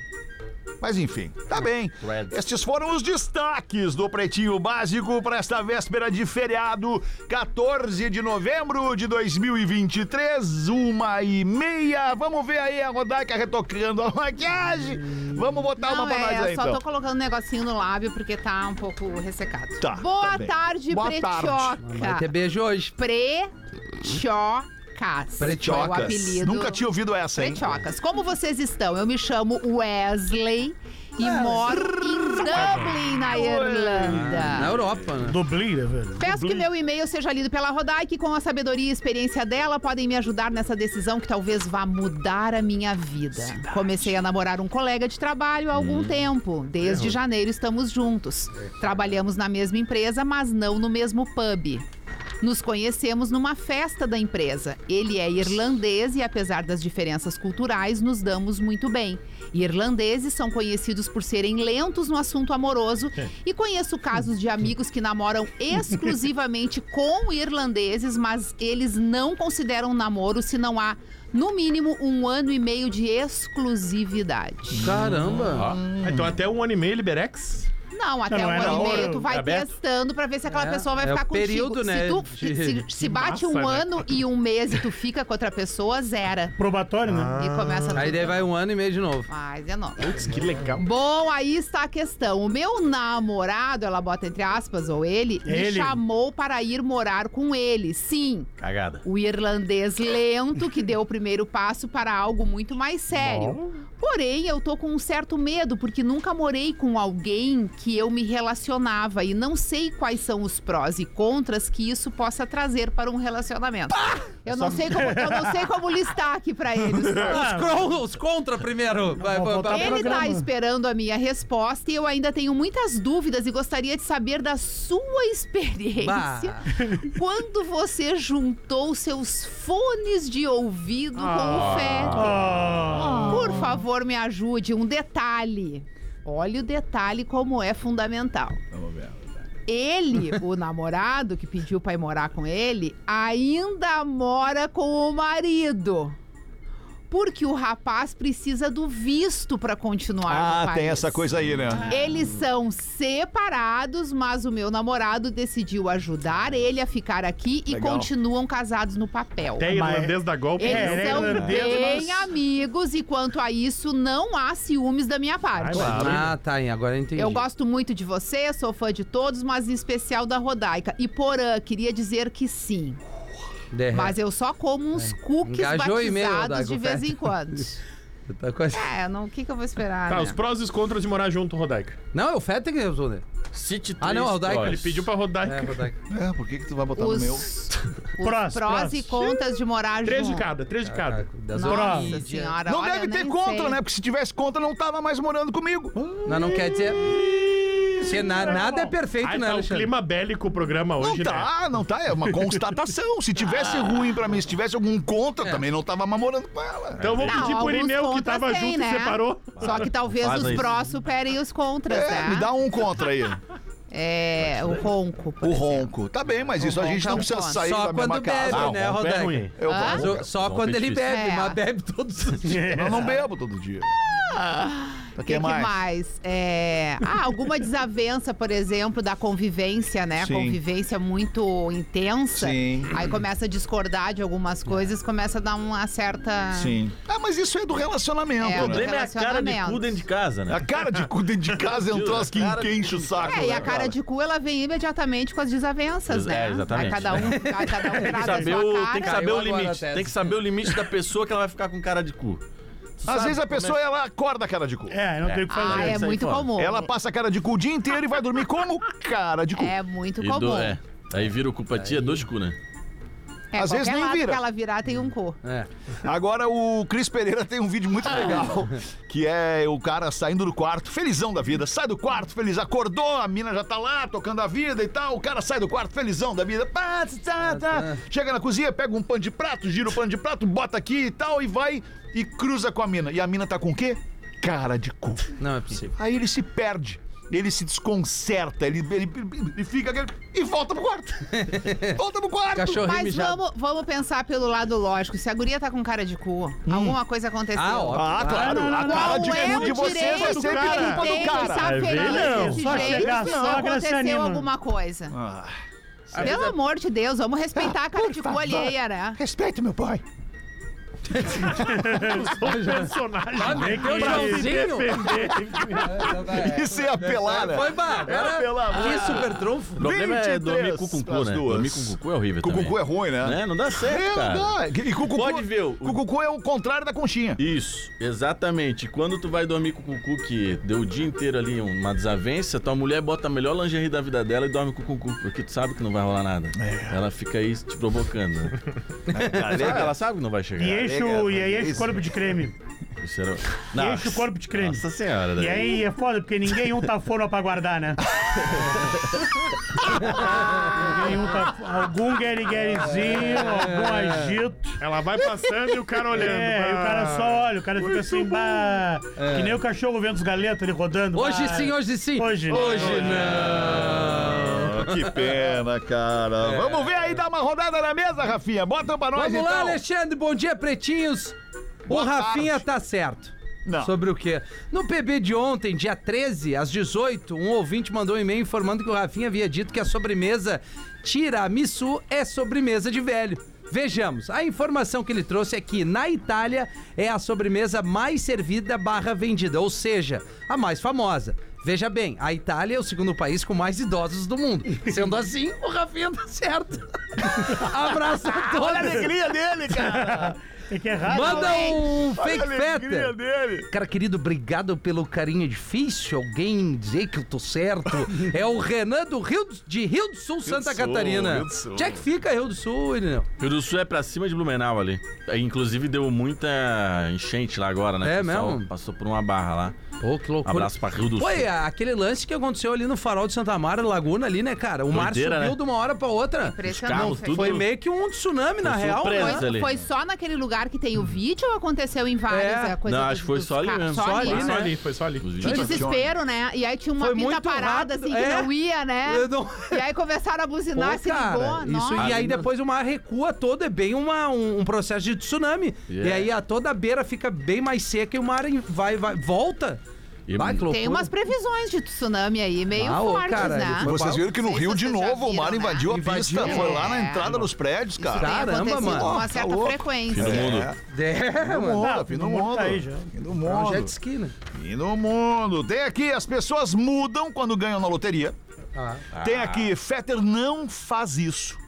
Speaker 2: Mas enfim, tá bem.
Speaker 8: Threads.
Speaker 2: Estes foram os destaques do Pretinho Básico para esta véspera de feriado, 14 de novembro de 2023, uma e meia. Vamos ver aí a Rodaica retocando a maquiagem. Vamos botar
Speaker 5: Não,
Speaker 2: uma pra
Speaker 5: é,
Speaker 2: nós aí,
Speaker 5: eu só
Speaker 2: então.
Speaker 5: tô colocando um negocinho no lábio porque tá um pouco ressecado.
Speaker 2: Tá,
Speaker 5: Boa
Speaker 2: tá bem.
Speaker 5: tarde,
Speaker 2: Boa
Speaker 5: Pretioca.
Speaker 3: Vai ter beijo hoje.
Speaker 5: Pretiocas.
Speaker 2: Pretiocas.
Speaker 5: É o apelido.
Speaker 2: Nunca tinha ouvido essa, hein?
Speaker 5: Pretiocas. Como vocês estão? Eu me chamo Wesley e moro em Dublin, na
Speaker 3: Na
Speaker 5: Irlanda.
Speaker 3: Europa, né?
Speaker 4: Dublina, velho.
Speaker 5: Peço que
Speaker 4: Dublina.
Speaker 5: meu e-mail seja lido pela Rodai, que com a sabedoria e experiência dela podem me ajudar nessa decisão que talvez vá mudar a minha vida. Comecei a namorar um colega de trabalho há algum tempo. Desde janeiro estamos juntos. Trabalhamos na mesma empresa, mas não no mesmo pub. Nos conhecemos numa festa da empresa. Ele é irlandês e, apesar das diferenças culturais, nos damos muito bem. Irlandeses são conhecidos por serem lentos no assunto amoroso e conheço casos de amigos que namoram exclusivamente com irlandeses, mas eles não consideram namoro se não há, no mínimo, um ano e meio de exclusividade.
Speaker 3: Caramba.
Speaker 4: assim.
Speaker 6: Ah, então até um ano e meio Liberex.
Speaker 5: Não, até
Speaker 4: Não,
Speaker 5: um
Speaker 4: é
Speaker 5: ano e
Speaker 4: namoro
Speaker 5: meio tu vai
Speaker 6: aberto?
Speaker 5: testando pra ver se aquela
Speaker 3: É,
Speaker 5: pessoa vai
Speaker 3: é o
Speaker 5: ficar contigo.
Speaker 3: período,
Speaker 5: se
Speaker 3: né,
Speaker 5: tu se,
Speaker 3: de-
Speaker 5: se
Speaker 6: de
Speaker 5: bate
Speaker 6: massa,
Speaker 5: um
Speaker 6: né?
Speaker 5: ano e um mês e tu fica com outra pessoa, zera.
Speaker 4: Probatório, né?
Speaker 5: E começa tudo.
Speaker 3: Aí daí vai um ano e meio de novo.
Speaker 5: Mas é novo.
Speaker 6: Putz, que legal.
Speaker 5: Bom, aí está a questão. O meu namorado, ela bota entre aspas, ou ele,
Speaker 4: Ele.
Speaker 5: me chamou para ir morar com ele. Sim,
Speaker 8: Cagada.
Speaker 5: o irlandês lento que deu o primeiro passo para algo muito mais sério. Porém, eu tô com um certo medo, porque nunca morei com alguém que eu me relacionava e não sei quais são os prós e contras que isso possa trazer para um relacionamento. Eu, não sei como, eu não sei como listar aqui para ele os prós.
Speaker 3: Os, cron- os contra primeiro. Vai,
Speaker 4: vou
Speaker 3: vai,
Speaker 4: botar
Speaker 3: vai.
Speaker 5: Ele
Speaker 4: programa.
Speaker 5: tá esperando a minha resposta e eu ainda tenho muitas dúvidas e gostaria de saber da sua experiência.
Speaker 3: Bah.
Speaker 5: Quando você juntou seus fones de ouvido com o feto.
Speaker 4: Ah,
Speaker 5: Por favor, me ajude. Um detalhe. Olha o detalhe como é fundamental. Ele, o namorado que pediu pra ir morar com ele, ainda mora com o marido. Porque o rapaz precisa do visto pra continuar
Speaker 2: Ah,
Speaker 5: no país.
Speaker 2: tem essa coisa aí, né?
Speaker 5: Eles são separados, mas o meu namorado decidiu ajudar ele a ficar aqui e
Speaker 2: Legal.
Speaker 5: continuam casados no papel.
Speaker 6: Até
Speaker 4: Mas-
Speaker 6: É irlandês da golpe.
Speaker 5: Eles
Speaker 2: né,
Speaker 4: É,
Speaker 5: são
Speaker 4: irlandês,
Speaker 5: bem
Speaker 4: mas-
Speaker 5: amigos e quanto a isso, não há ciúmes da minha parte.
Speaker 3: Ah, tá. hein, Agora eu entendi.
Speaker 5: Eu gosto muito de você, sou fã de todos, mas em especial da Rodaica. E Porã, queria dizer que sim.
Speaker 2: É.
Speaker 3: Derrete.
Speaker 5: Mas eu só como uns cookies
Speaker 3: Engajou o e-mail,
Speaker 5: batizados de
Speaker 3: Rodaica,
Speaker 5: vez em
Speaker 3: oferta.
Speaker 5: quando.
Speaker 3: Tá coisa-
Speaker 5: É, não, o que, que eu vou esperar?
Speaker 6: Tá,
Speaker 5: né?
Speaker 6: os prós e os contras de morar junto, Rodaica. É
Speaker 3: Não, é o Feta que resolveu.
Speaker 8: City
Speaker 3: Ah, não,
Speaker 8: três
Speaker 3: Rodaica,
Speaker 8: prós.
Speaker 6: Ele pediu pra Rodaica.
Speaker 3: É, Rodaica.
Speaker 2: É, por que, que tu vai
Speaker 6: tá
Speaker 2: botar no
Speaker 5: Os,
Speaker 2: meu?
Speaker 5: os prós,
Speaker 4: Prós, prós.
Speaker 5: e contras de morar
Speaker 6: Três de
Speaker 5: junto.
Speaker 6: cada, três de cada.
Speaker 3: Das
Speaker 5: Nossa
Speaker 3: orquídeas.
Speaker 5: senhora,
Speaker 2: Não
Speaker 5: olha,
Speaker 2: deve
Speaker 5: eu
Speaker 2: ter
Speaker 5: nem
Speaker 2: contra,
Speaker 5: sei.
Speaker 2: né? Porque se tivesse contra, não tava mais morando comigo.
Speaker 3: Não, não quer dizer. Porque na- nada é perfeito,
Speaker 6: Ai,
Speaker 3: né,
Speaker 6: tá o
Speaker 3: Alexandre?
Speaker 6: clima bélico o programa
Speaker 2: Não
Speaker 6: hoje, né?
Speaker 2: tá, não tá. É uma constatação. Se tivesse ruim pra mim, se tivesse algum contra, também não tava namorando com ela.
Speaker 6: Então eu vou
Speaker 5: Não,
Speaker 6: pedir pro
Speaker 5: alguns
Speaker 6: Irineu que
Speaker 5: contras
Speaker 6: tava
Speaker 5: tem,
Speaker 6: junto
Speaker 5: né?
Speaker 6: e separou.
Speaker 5: Só que talvez
Speaker 8: Faz
Speaker 5: os
Speaker 8: isso.
Speaker 5: prós superem os contras,
Speaker 2: É,
Speaker 5: né?
Speaker 2: me dá um contra aí.
Speaker 5: É, o ronco. por
Speaker 2: O
Speaker 5: exemplo.
Speaker 2: ronco. Tá bem, mas isso a
Speaker 5: O
Speaker 2: gente não
Speaker 5: ronco é um
Speaker 2: precisa
Speaker 5: contra.
Speaker 2: sair
Speaker 3: Só
Speaker 2: da mesma
Speaker 3: quando bebe,
Speaker 2: casa. Ah,
Speaker 3: né,
Speaker 6: Não, é
Speaker 3: Rodaica?
Speaker 6: ruim.
Speaker 2: Eu
Speaker 5: Hã?
Speaker 2: vou-
Speaker 3: Só, só
Speaker 8: Bom,
Speaker 3: quando ele
Speaker 8: difícil.
Speaker 3: bebe,
Speaker 5: É.
Speaker 3: mas bebe todos os dias.
Speaker 2: eu não bebo todo dia. Tá,
Speaker 5: O que, que mais? É, ah, alguma desavença, por exemplo, da convivência, né?
Speaker 2: Sim.
Speaker 5: Convivência muito intensa.
Speaker 2: Sim.
Speaker 5: Aí começa a discordar de algumas coisas, começa a dar uma certa.
Speaker 2: Sim. Ah, mas isso é do
Speaker 5: É,
Speaker 2: relacionamento,
Speaker 5: do
Speaker 2: né?
Speaker 8: Problema é a cara de cu dentro de casa, né?
Speaker 2: A cara de cu dentro de casa é um troço que enche o saco.
Speaker 5: É, e
Speaker 2: né,
Speaker 5: a cara de cu, ela vem imediatamente com as desavenças,
Speaker 8: Ex-
Speaker 5: né?
Speaker 8: é, exatamente.
Speaker 5: Aí cada um, aí cada um
Speaker 8: Tem que
Speaker 5: traz a
Speaker 8: saber
Speaker 5: sua
Speaker 8: o,
Speaker 5: cara.
Speaker 8: tem que saber o
Speaker 3: Caiu agora a
Speaker 8: limite.
Speaker 3: tese.
Speaker 8: Tem que saber o limite da pessoa que ela vai ficar com cara de cu.
Speaker 2: Às
Speaker 8: sabe
Speaker 2: vezes a
Speaker 8: como é-
Speaker 2: pessoa ela acorda cara de cu.
Speaker 4: É, não tem o que fazer.
Speaker 5: Ah, é
Speaker 8: isso aí
Speaker 5: muito
Speaker 8: fora.
Speaker 5: comum.
Speaker 2: Ela passa cara de cu o dia inteiro e vai dormir como cara de cu.
Speaker 5: É muito
Speaker 8: E do-
Speaker 5: comum.
Speaker 8: é. Aí vira o culpatia dois cu, né?
Speaker 5: É,
Speaker 2: Às vezes
Speaker 5: qualquer
Speaker 2: nem
Speaker 5: lado
Speaker 2: vira.
Speaker 5: que ela virar tem um cu.
Speaker 8: É.
Speaker 2: Agora o Cris Pereira tem um vídeo muito legal, que é o cara saindo do quarto, felizão da vida, sai do quarto, feliz, acordou, a mina já tá lá tocando a vida e tal, o cara sai do quarto, felizão da vida, pá, tá, tá. chega na cozinha, pega um pano de prato, gira o pano de prato, bota aqui e tal, e vai e cruza com a mina. E a mina tá com o quê? Cara de cu.
Speaker 3: Não é possível.
Speaker 2: Aí ele se perde. Ele se desconcerta, ele, ele, ele fica aquele- e volta pro quarto. volta pro quarto.
Speaker 3: Cachorrinho
Speaker 5: Mas
Speaker 3: mijado.
Speaker 5: vamos, vamos pensar pelo lado lógico. Se a guria tá com cara de cu,
Speaker 8: Hum.
Speaker 5: alguma coisa aconteceu.
Speaker 3: Ah, ó.
Speaker 2: Ah, claro.
Speaker 4: Ah, não, não,
Speaker 2: a
Speaker 4: não.
Speaker 2: cara
Speaker 5: Qual
Speaker 2: de
Speaker 5: é
Speaker 2: cu
Speaker 5: o
Speaker 2: de você vai
Speaker 5: direito
Speaker 2: ser
Speaker 5: que ele
Speaker 2: culpa
Speaker 5: tem
Speaker 2: do
Speaker 5: de
Speaker 2: cara.
Speaker 5: estar
Speaker 6: É
Speaker 5: feliz
Speaker 6: verdão.
Speaker 5: desse
Speaker 4: Só
Speaker 5: jeito
Speaker 4: chegar a
Speaker 5: se
Speaker 4: sogra se
Speaker 5: aconteceu
Speaker 4: anima.
Speaker 5: alguma coisa.
Speaker 2: Ah.
Speaker 5: Pelo amor de Deus, vamos respeitar a cara
Speaker 2: Por
Speaker 5: de cu
Speaker 2: favor.
Speaker 5: alheia, né?
Speaker 2: Respeite meu pai.
Speaker 3: Ah,
Speaker 4: Tem que
Speaker 3: meteu o Joãozinho?
Speaker 2: Isso é apelar, né?
Speaker 3: Então Foi, bah, agora...
Speaker 2: pelo amor.
Speaker 3: Que super trunfo.
Speaker 8: Ah. O problema é
Speaker 2: 23
Speaker 8: dormir cu com cu,
Speaker 2: pras
Speaker 8: né?
Speaker 2: duas.
Speaker 8: Dormir com cu é horrível também.
Speaker 2: Cucucu é ruim, né?
Speaker 8: Né? Não dá certo,
Speaker 2: É,
Speaker 8: cara.
Speaker 2: não. E cucucu,
Speaker 8: Pode ver o-
Speaker 2: Cucucu é o contrário da conchinha.
Speaker 8: Isso, exatamente. Quando tu vai dormir com o cucu, que deu o dia inteiro ali um, uma desavença, tua mulher bota a melhor lingerie da vida dela e dorme com o cucu, porque tu sabe que não vai rolar nada.
Speaker 4: É.
Speaker 8: Ela fica aí te provocando. né? Sabe, ela sabe que não vai chegar.
Speaker 4: E enche o, e aí enche o
Speaker 2: Isso.
Speaker 4: corpo de creme.
Speaker 8: Isso era...
Speaker 4: E enche o corpo de creme.
Speaker 8: Nossa senhora.
Speaker 4: E
Speaker 8: né?
Speaker 4: aí é foda, porque ninguém unta a forma pra guardar, né? ninguém unta algum gueriguerizinho, algum agito.
Speaker 6: Ela vai passando e o cara olhando. Tá
Speaker 4: É, e o cara só olha, o cara fica assim, bah. Que nem o cachorro vendo os galetos ali rodando.
Speaker 3: Hoje
Speaker 4: bah.
Speaker 3: sim, hoje sim.
Speaker 4: Hoje, né?
Speaker 3: Hoje não.
Speaker 2: Oh, Que pena, cara.
Speaker 8: É.
Speaker 2: É. Vamos ver aí, dá uma rodada na mesa, Rafinha. Bota pra nós,
Speaker 3: Vamos
Speaker 2: então.
Speaker 3: lá, Alexandre. Bom dia, pretinhos. o Rafinha tá certo.
Speaker 2: Não.
Speaker 3: Sobre o quê? No PB de ontem, dia 13, às 18, um ouvinte mandou um e-mail informando que o Rafinha havia dito que a sobremesa tiramisu é sobremesa de velho. Vejamos, a informação que ele trouxe é que na Itália é a sobremesa mais servida barra vendida, ou seja, a mais famosa. Veja bem, a Itália é o segundo país com mais idosos do mundo. Sendo assim, o Rafinha tá certo. Abraço a todos.
Speaker 2: Olha a alegria dele, cara.
Speaker 4: É que é raro.
Speaker 3: Manda um
Speaker 2: Olha a
Speaker 3: fake
Speaker 2: alegria
Speaker 3: feta.
Speaker 2: dele.
Speaker 3: Cara querido, obrigado pelo carinho. É difícil alguém dizer que eu tô certo. É o Renan do Rio do- de Rio do Sul, Santa
Speaker 8: Sul,
Speaker 3: Catarina.
Speaker 8: Rio do Sul.
Speaker 3: Onde é que fica Rio do Sul, Irineu?
Speaker 8: Rio do Sul é pra cima de Blumenau ali. É, Inclusive deu muita enchente lá agora, né?
Speaker 3: É
Speaker 8: O pessoal
Speaker 3: mesmo?
Speaker 8: Passou por uma barra lá.
Speaker 3: Pô, que loucura.
Speaker 8: Abraço pra Rio do Sul.
Speaker 2: é.
Speaker 3: Foi a- aquele lance que aconteceu ali no farol de Santa Mara, Laguna ali, né, cara? O mar
Speaker 8: Doideira,
Speaker 3: subiu
Speaker 8: né?
Speaker 3: de uma hora pra outra.
Speaker 5: Impressionante.
Speaker 8: carros, tudo-
Speaker 3: Foi meio que um tsunami, na
Speaker 8: Foi
Speaker 3: real.
Speaker 8: surpresa.
Speaker 3: né?
Speaker 8: Mas ali-
Speaker 5: Foi, foi só naquele lugar que tem o vídeo ou aconteceu em vários?
Speaker 3: É.
Speaker 5: a coisa
Speaker 8: Não,
Speaker 5: dos-
Speaker 8: acho que foi
Speaker 5: dos
Speaker 8: só ali
Speaker 5: carros?
Speaker 8: mesmo.
Speaker 5: Só, ali,
Speaker 3: Só
Speaker 6: Foi
Speaker 3: ali,
Speaker 5: né?
Speaker 6: só ali, foi só ali.
Speaker 8: Os
Speaker 5: Que
Speaker 8: vídeos-
Speaker 5: desespero, né? E aí tinha uma
Speaker 3: Foi
Speaker 5: pinta
Speaker 3: muito
Speaker 5: parada,
Speaker 3: rápido,
Speaker 5: assim, que
Speaker 3: é.
Speaker 5: não ia, né?
Speaker 3: Eu não-
Speaker 5: E aí começaram a buzinar,
Speaker 3: Pô,
Speaker 5: se ligou.
Speaker 3: isso,
Speaker 5: nossa.
Speaker 3: e aí depois o mar recua todo, é bem uma, um, um processo de tsunami.
Speaker 8: Yeah.
Speaker 3: E aí a toda a beira fica bem mais seca e o mar em- vai, vai, volta.
Speaker 8: E-
Speaker 3: Vai, que é loucura.
Speaker 5: Tem umas previsões de tsunami aí, meio
Speaker 3: Ah, ô,
Speaker 5: fortes,
Speaker 3: cara,
Speaker 5: né?
Speaker 3: ele foi-
Speaker 2: Vocês viram que no
Speaker 5: Não sei
Speaker 2: Rio,
Speaker 5: se
Speaker 2: de
Speaker 5: vocês já
Speaker 2: novo, o mar
Speaker 5: viram, né?
Speaker 2: invadiu a
Speaker 3: Invadiu,
Speaker 2: pista. Foi lá na
Speaker 5: é.
Speaker 2: entrada dos prédios,
Speaker 5: Isso
Speaker 2: cara.
Speaker 3: tá- Caramba,
Speaker 5: tem acontecido
Speaker 3: mano.
Speaker 5: com uma
Speaker 2: Tá
Speaker 5: certa
Speaker 2: louco.
Speaker 5: frequência.
Speaker 8: Fim do mundo.
Speaker 5: um
Speaker 3: É,
Speaker 2: Fim do
Speaker 3: mano.
Speaker 2: mundo,
Speaker 4: Tá,
Speaker 2: fim do
Speaker 4: todo mundo
Speaker 2: mundo.
Speaker 4: tá aí já.
Speaker 2: Fim do
Speaker 3: É um
Speaker 2: mundo.
Speaker 3: jet ski, né?
Speaker 2: E no mundo. Tem aqui, as pessoas mudam quando ganham na loteria.
Speaker 5: Ah,
Speaker 3: Ah,
Speaker 2: Tem aqui, Fetter não faz isso.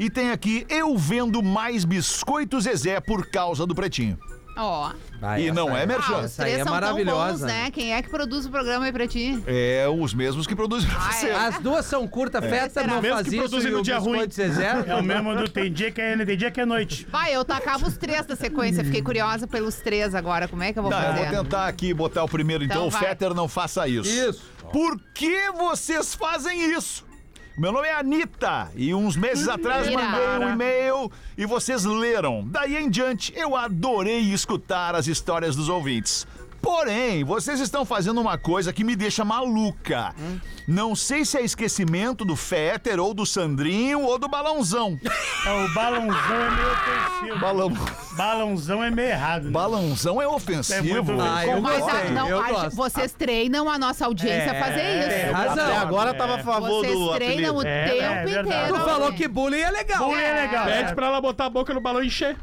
Speaker 2: E tem aqui, eu vendo mais biscoitos Zezé por causa do pretinho.
Speaker 5: Ó.
Speaker 3: Vai,
Speaker 2: E
Speaker 3: essa
Speaker 2: não é
Speaker 3: aí.
Speaker 2: merchan.
Speaker 5: Ah,
Speaker 2: Essa
Speaker 5: os
Speaker 3: aí
Speaker 5: três
Speaker 3: é
Speaker 5: são tão bons,
Speaker 3: maravilhosa.
Speaker 5: né? Quem é que produz o programa aí pra ti?
Speaker 2: É os mesmos que produzem pra
Speaker 5: Ah,
Speaker 2: você.
Speaker 5: é?
Speaker 3: As duas são curta, festa,
Speaker 5: Será?
Speaker 3: não
Speaker 5: Mesmo
Speaker 3: faz
Speaker 6: que
Speaker 3: isso
Speaker 6: produzem
Speaker 3: e
Speaker 6: no
Speaker 3: o
Speaker 6: dia
Speaker 3: biscoito
Speaker 6: ruim.
Speaker 3: Zezé.
Speaker 4: É o mesmo do tem dia que é tem dia que é noite.
Speaker 5: Vai, eu tacava os três da sequência. Fiquei curiosa pelos três agora. Como é que eu vou
Speaker 2: Tá, eu
Speaker 5: fazer?
Speaker 2: vou tentar aqui botar o primeiro, então.
Speaker 5: Então
Speaker 2: o
Speaker 5: vai.
Speaker 2: Fetter não faça isso.
Speaker 3: Isso.
Speaker 2: Por que vocês fazem isso? Meu nome é Anitta e uns meses atrás
Speaker 5: Hum, Ira.
Speaker 2: mandei um e-mail e vocês leram. Daí em diante, eu adorei escutar as histórias dos ouvintes. Porém, vocês estão fazendo uma coisa que me deixa maluca.
Speaker 5: Hum?
Speaker 2: Não sei se é esquecimento do Fetter ou do Sandrinho ou do Balãozão.
Speaker 4: É, o balãozão é meio ofensivo.
Speaker 2: Balão...
Speaker 4: Balãozão é meio errado. Né?
Speaker 2: Balãozão é
Speaker 4: É
Speaker 2: ofensivo.
Speaker 4: muito-
Speaker 3: Ah, eu
Speaker 5: Mas a-
Speaker 3: gostei,
Speaker 5: não,
Speaker 3: eu
Speaker 5: a-
Speaker 3: gosto.
Speaker 5: vocês treinam a nossa audiência a fazer isso.
Speaker 4: é,
Speaker 3: Razão.
Speaker 6: Até agora tava a favor
Speaker 5: vocês
Speaker 6: do
Speaker 5: treinam
Speaker 6: apelido.
Speaker 5: o
Speaker 4: É,
Speaker 5: tempo
Speaker 4: é verdade.
Speaker 5: inteiro.
Speaker 3: Tu
Speaker 4: Não,
Speaker 3: falou
Speaker 5: né?
Speaker 3: que bullying é legal.
Speaker 4: Bom, é legal.
Speaker 6: Pede pra ela botar a boca no balão e encher.